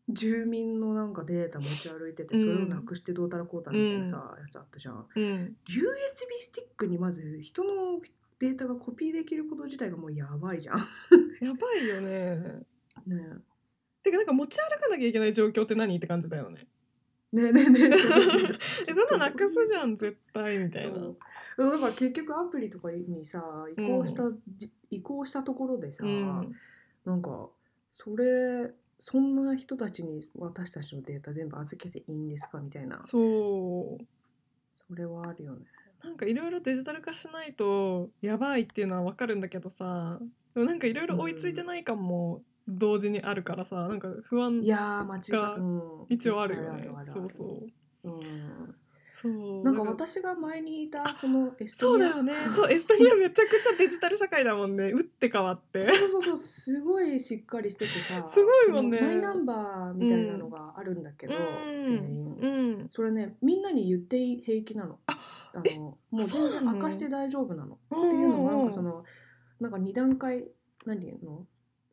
[SPEAKER 3] 住民のなんかデータ持ち歩いてて、
[SPEAKER 4] うん
[SPEAKER 3] それをなくしてどうたらこうたらみたいなさ、やつあったじゃん
[SPEAKER 4] うん、
[SPEAKER 3] USB スティックにまず人のデータがコピーできること自体がもうやばいじゃん、ね
[SPEAKER 4] やばいよね
[SPEAKER 3] え
[SPEAKER 4] てかなんか持ち歩かなきゃいけない状況って何って感じだよね
[SPEAKER 3] ねえねえねえね
[SPEAKER 4] えそんななくすじゃん絶対 みた
[SPEAKER 3] え
[SPEAKER 4] いなう
[SPEAKER 3] そうだから結局アプリとかにさ移行した、じ移行したところでさ、
[SPEAKER 4] ん
[SPEAKER 3] なんかそれそんな人たちに私たちのデータ全部預けていいんですかみたいなそ
[SPEAKER 4] そう
[SPEAKER 3] れはあるよね
[SPEAKER 4] なんかいろいろデジタル化しないとやばいっていうのはわかるんだけどさでもなんかいろいろ追いついてない感も同時にあるからさなんか不安
[SPEAKER 3] いやー間違
[SPEAKER 4] が
[SPEAKER 3] い、うん、
[SPEAKER 4] 一応あるよね
[SPEAKER 3] 絶対あるあ
[SPEAKER 4] そ
[SPEAKER 3] るあ
[SPEAKER 4] う
[SPEAKER 3] る
[SPEAKER 4] そ
[SPEAKER 3] う
[SPEAKER 4] う
[SPEAKER 3] ん
[SPEAKER 4] そう
[SPEAKER 3] なんか
[SPEAKER 4] だら
[SPEAKER 3] 私が前にいた
[SPEAKER 4] あ
[SPEAKER 3] そのエス
[SPEAKER 4] そ
[SPEAKER 3] ト
[SPEAKER 4] う
[SPEAKER 3] ニ
[SPEAKER 4] だ
[SPEAKER 3] ア
[SPEAKER 4] よねそうエストニアめちゃくちゃデジタル社会だもんね打って変わって
[SPEAKER 3] そうそうそうすごいしっかりしててさ
[SPEAKER 4] すごいもんね
[SPEAKER 3] そのマイナンバーみたいなのがあるんだけど、
[SPEAKER 4] うん
[SPEAKER 3] 全員、
[SPEAKER 4] うん
[SPEAKER 3] それねみんなに言っていい平気なのあのもう全
[SPEAKER 4] そう
[SPEAKER 3] 然
[SPEAKER 4] なの
[SPEAKER 3] 明かして大丈夫なの
[SPEAKER 4] うんうんうん
[SPEAKER 3] っていうのもなんかそのなんか2段階何て言うの、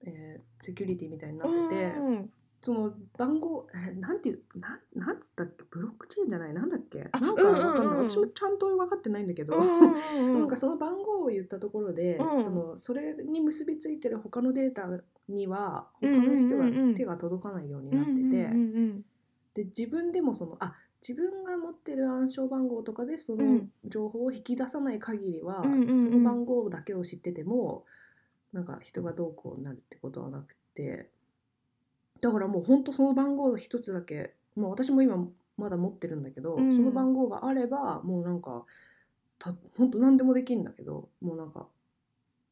[SPEAKER 3] えーセキュリティみたいになってて、
[SPEAKER 4] うん
[SPEAKER 3] その番号、えーなんていうなんなんつったっけブロックチェーンじゃないなんだっけ
[SPEAKER 4] あ
[SPEAKER 3] なんかわかんない、
[SPEAKER 4] うんうんうん
[SPEAKER 3] 私もちゃんと分かってないんだけど、
[SPEAKER 4] うん
[SPEAKER 3] なんかその番号を言ったところで、
[SPEAKER 4] うん
[SPEAKER 3] そのそれに結びついてる他のデータには
[SPEAKER 4] う
[SPEAKER 3] 他
[SPEAKER 4] んうんうんうん
[SPEAKER 3] の人が手が届かないようになってて、
[SPEAKER 4] うんうんうん
[SPEAKER 3] で自分でもそのあ自分が持ってる暗証番号とかでそうの
[SPEAKER 4] ん
[SPEAKER 3] 情報を引き出さない限りは、
[SPEAKER 4] うんうんうん
[SPEAKER 3] その番号だけを知っててもなんか人がどうこうなるってことはなくてだからもう本当その番号一つだけもう私も今まだ持ってるんだけど、
[SPEAKER 4] うん
[SPEAKER 3] その番号があればもうなんかた本当何でもできるんだけどもうなんか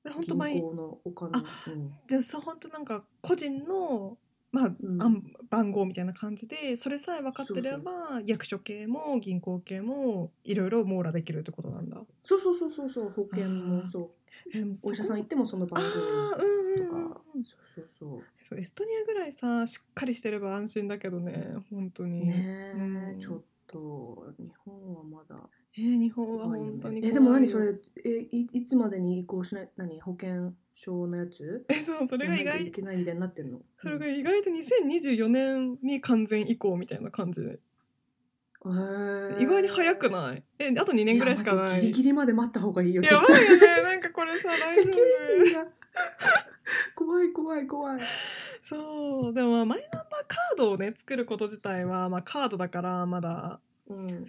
[SPEAKER 4] うんほんと
[SPEAKER 3] 銀
[SPEAKER 4] 毎日
[SPEAKER 3] 行のお金
[SPEAKER 4] あ
[SPEAKER 3] うん
[SPEAKER 4] じゃあそう本当なんか個人の、まあ
[SPEAKER 3] うん
[SPEAKER 4] あん番号みたいな感じでそれさえ分かってれば役所系も銀行系もいろいろ網羅できるってことなんだ。
[SPEAKER 3] そうそうそうそうそう保険
[SPEAKER 4] あー
[SPEAKER 3] もそう
[SPEAKER 4] え
[SPEAKER 3] お医者さん行ってもその
[SPEAKER 4] あ
[SPEAKER 3] 番号
[SPEAKER 4] あーうんうんうんうん
[SPEAKER 3] そうそうそう
[SPEAKER 4] そうエストニアぐらいさしっかりしてれば安心だけどね本当に。
[SPEAKER 3] ねえ、
[SPEAKER 4] うん
[SPEAKER 3] ちょっと日本はまだ
[SPEAKER 4] えー日本は
[SPEAKER 3] 怖いよ
[SPEAKER 4] 本当
[SPEAKER 3] ね。
[SPEAKER 4] に怖い
[SPEAKER 3] えでも何それえいいつまでに移行しない何保険証のやつ？
[SPEAKER 4] えそうそれが意
[SPEAKER 3] やんなきゃい
[SPEAKER 4] 外
[SPEAKER 3] けないみたいになってんの。
[SPEAKER 4] それが意外と2024年に完全移行みたいな感じで
[SPEAKER 3] うんへえ
[SPEAKER 4] 意外に早くないえあと2年ぐらいしか
[SPEAKER 3] やマジ
[SPEAKER 4] ない
[SPEAKER 3] ギリギリまで待った方がいいよ。
[SPEAKER 4] やばいよねなんかこれさ大
[SPEAKER 3] セ
[SPEAKER 4] 丈
[SPEAKER 3] キ
[SPEAKER 4] 夫
[SPEAKER 3] ュリティ が怖い怖い怖い。
[SPEAKER 4] そうでもまあマイナンバーカードをね作ること自体は、まあ、カードだからまだ
[SPEAKER 3] うん。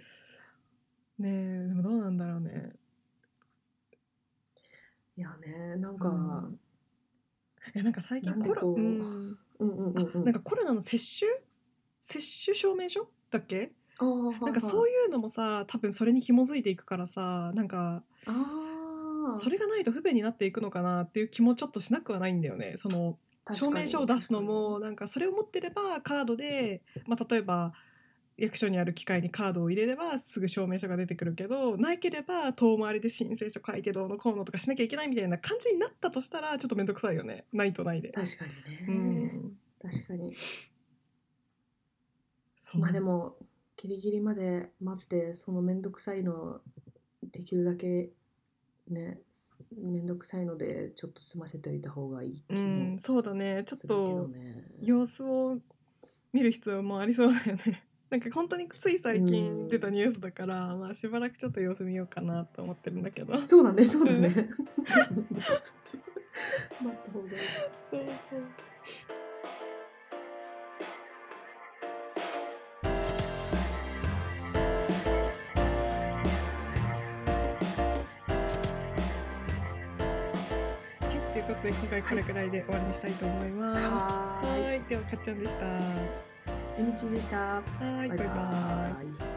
[SPEAKER 4] ねえでもどうなんだろうね。
[SPEAKER 3] いやねなん
[SPEAKER 4] う
[SPEAKER 3] か
[SPEAKER 4] んえなんか最近
[SPEAKER 3] なんで
[SPEAKER 4] コロ、
[SPEAKER 3] こう
[SPEAKER 4] うん、
[SPEAKER 3] うんうんうんうん。
[SPEAKER 4] なんかコロナの接種接種証明書だっけ
[SPEAKER 3] あー
[SPEAKER 4] なんかそう
[SPEAKER 3] はいはい
[SPEAKER 4] いうのもさ多分それに紐づいていくからさなんか
[SPEAKER 3] あ
[SPEAKER 4] それがないと不便になっていくのかなっていう気もちょっとしなくはないんだよねその
[SPEAKER 3] あ
[SPEAKER 4] 証明書を出すのもなんかそれを持ってればカードで、まあ、例えば役所にある機械にカードを入れればすぐ証明書が出てくるけどなければ遠回りで申請書書いてどうのこうのとかしなきゃいけないみたいな感じになったとしたらちょっと面倒くさいよねないとないで。
[SPEAKER 3] 確かにね、
[SPEAKER 4] うん
[SPEAKER 3] 確かに
[SPEAKER 4] そう
[SPEAKER 3] まあでもギリギリまで待ってそのめんどくさいのできるだけねめんどくさいのでちょっと済ませておいた方がいい気
[SPEAKER 4] う
[SPEAKER 3] も
[SPEAKER 4] んそうだねちょっ
[SPEAKER 3] するけど
[SPEAKER 4] と
[SPEAKER 3] ね、
[SPEAKER 4] 様子を見る必要もありそうだよね なんか本当につい最
[SPEAKER 3] うん
[SPEAKER 4] 近出たニュースだから、まあ、しばらくちょっと様子見ようかなと思ってるんだけどそう
[SPEAKER 3] そうだねそうだね 待った方がいい
[SPEAKER 4] そうはいということで今回これくらいで終わりにしたいと思います。
[SPEAKER 3] は
[SPEAKER 4] は
[SPEAKER 3] ーい
[SPEAKER 4] い、ではかっちゃんでした。は
[SPEAKER 3] えみちでした
[SPEAKER 4] い、バイバイ。
[SPEAKER 3] イ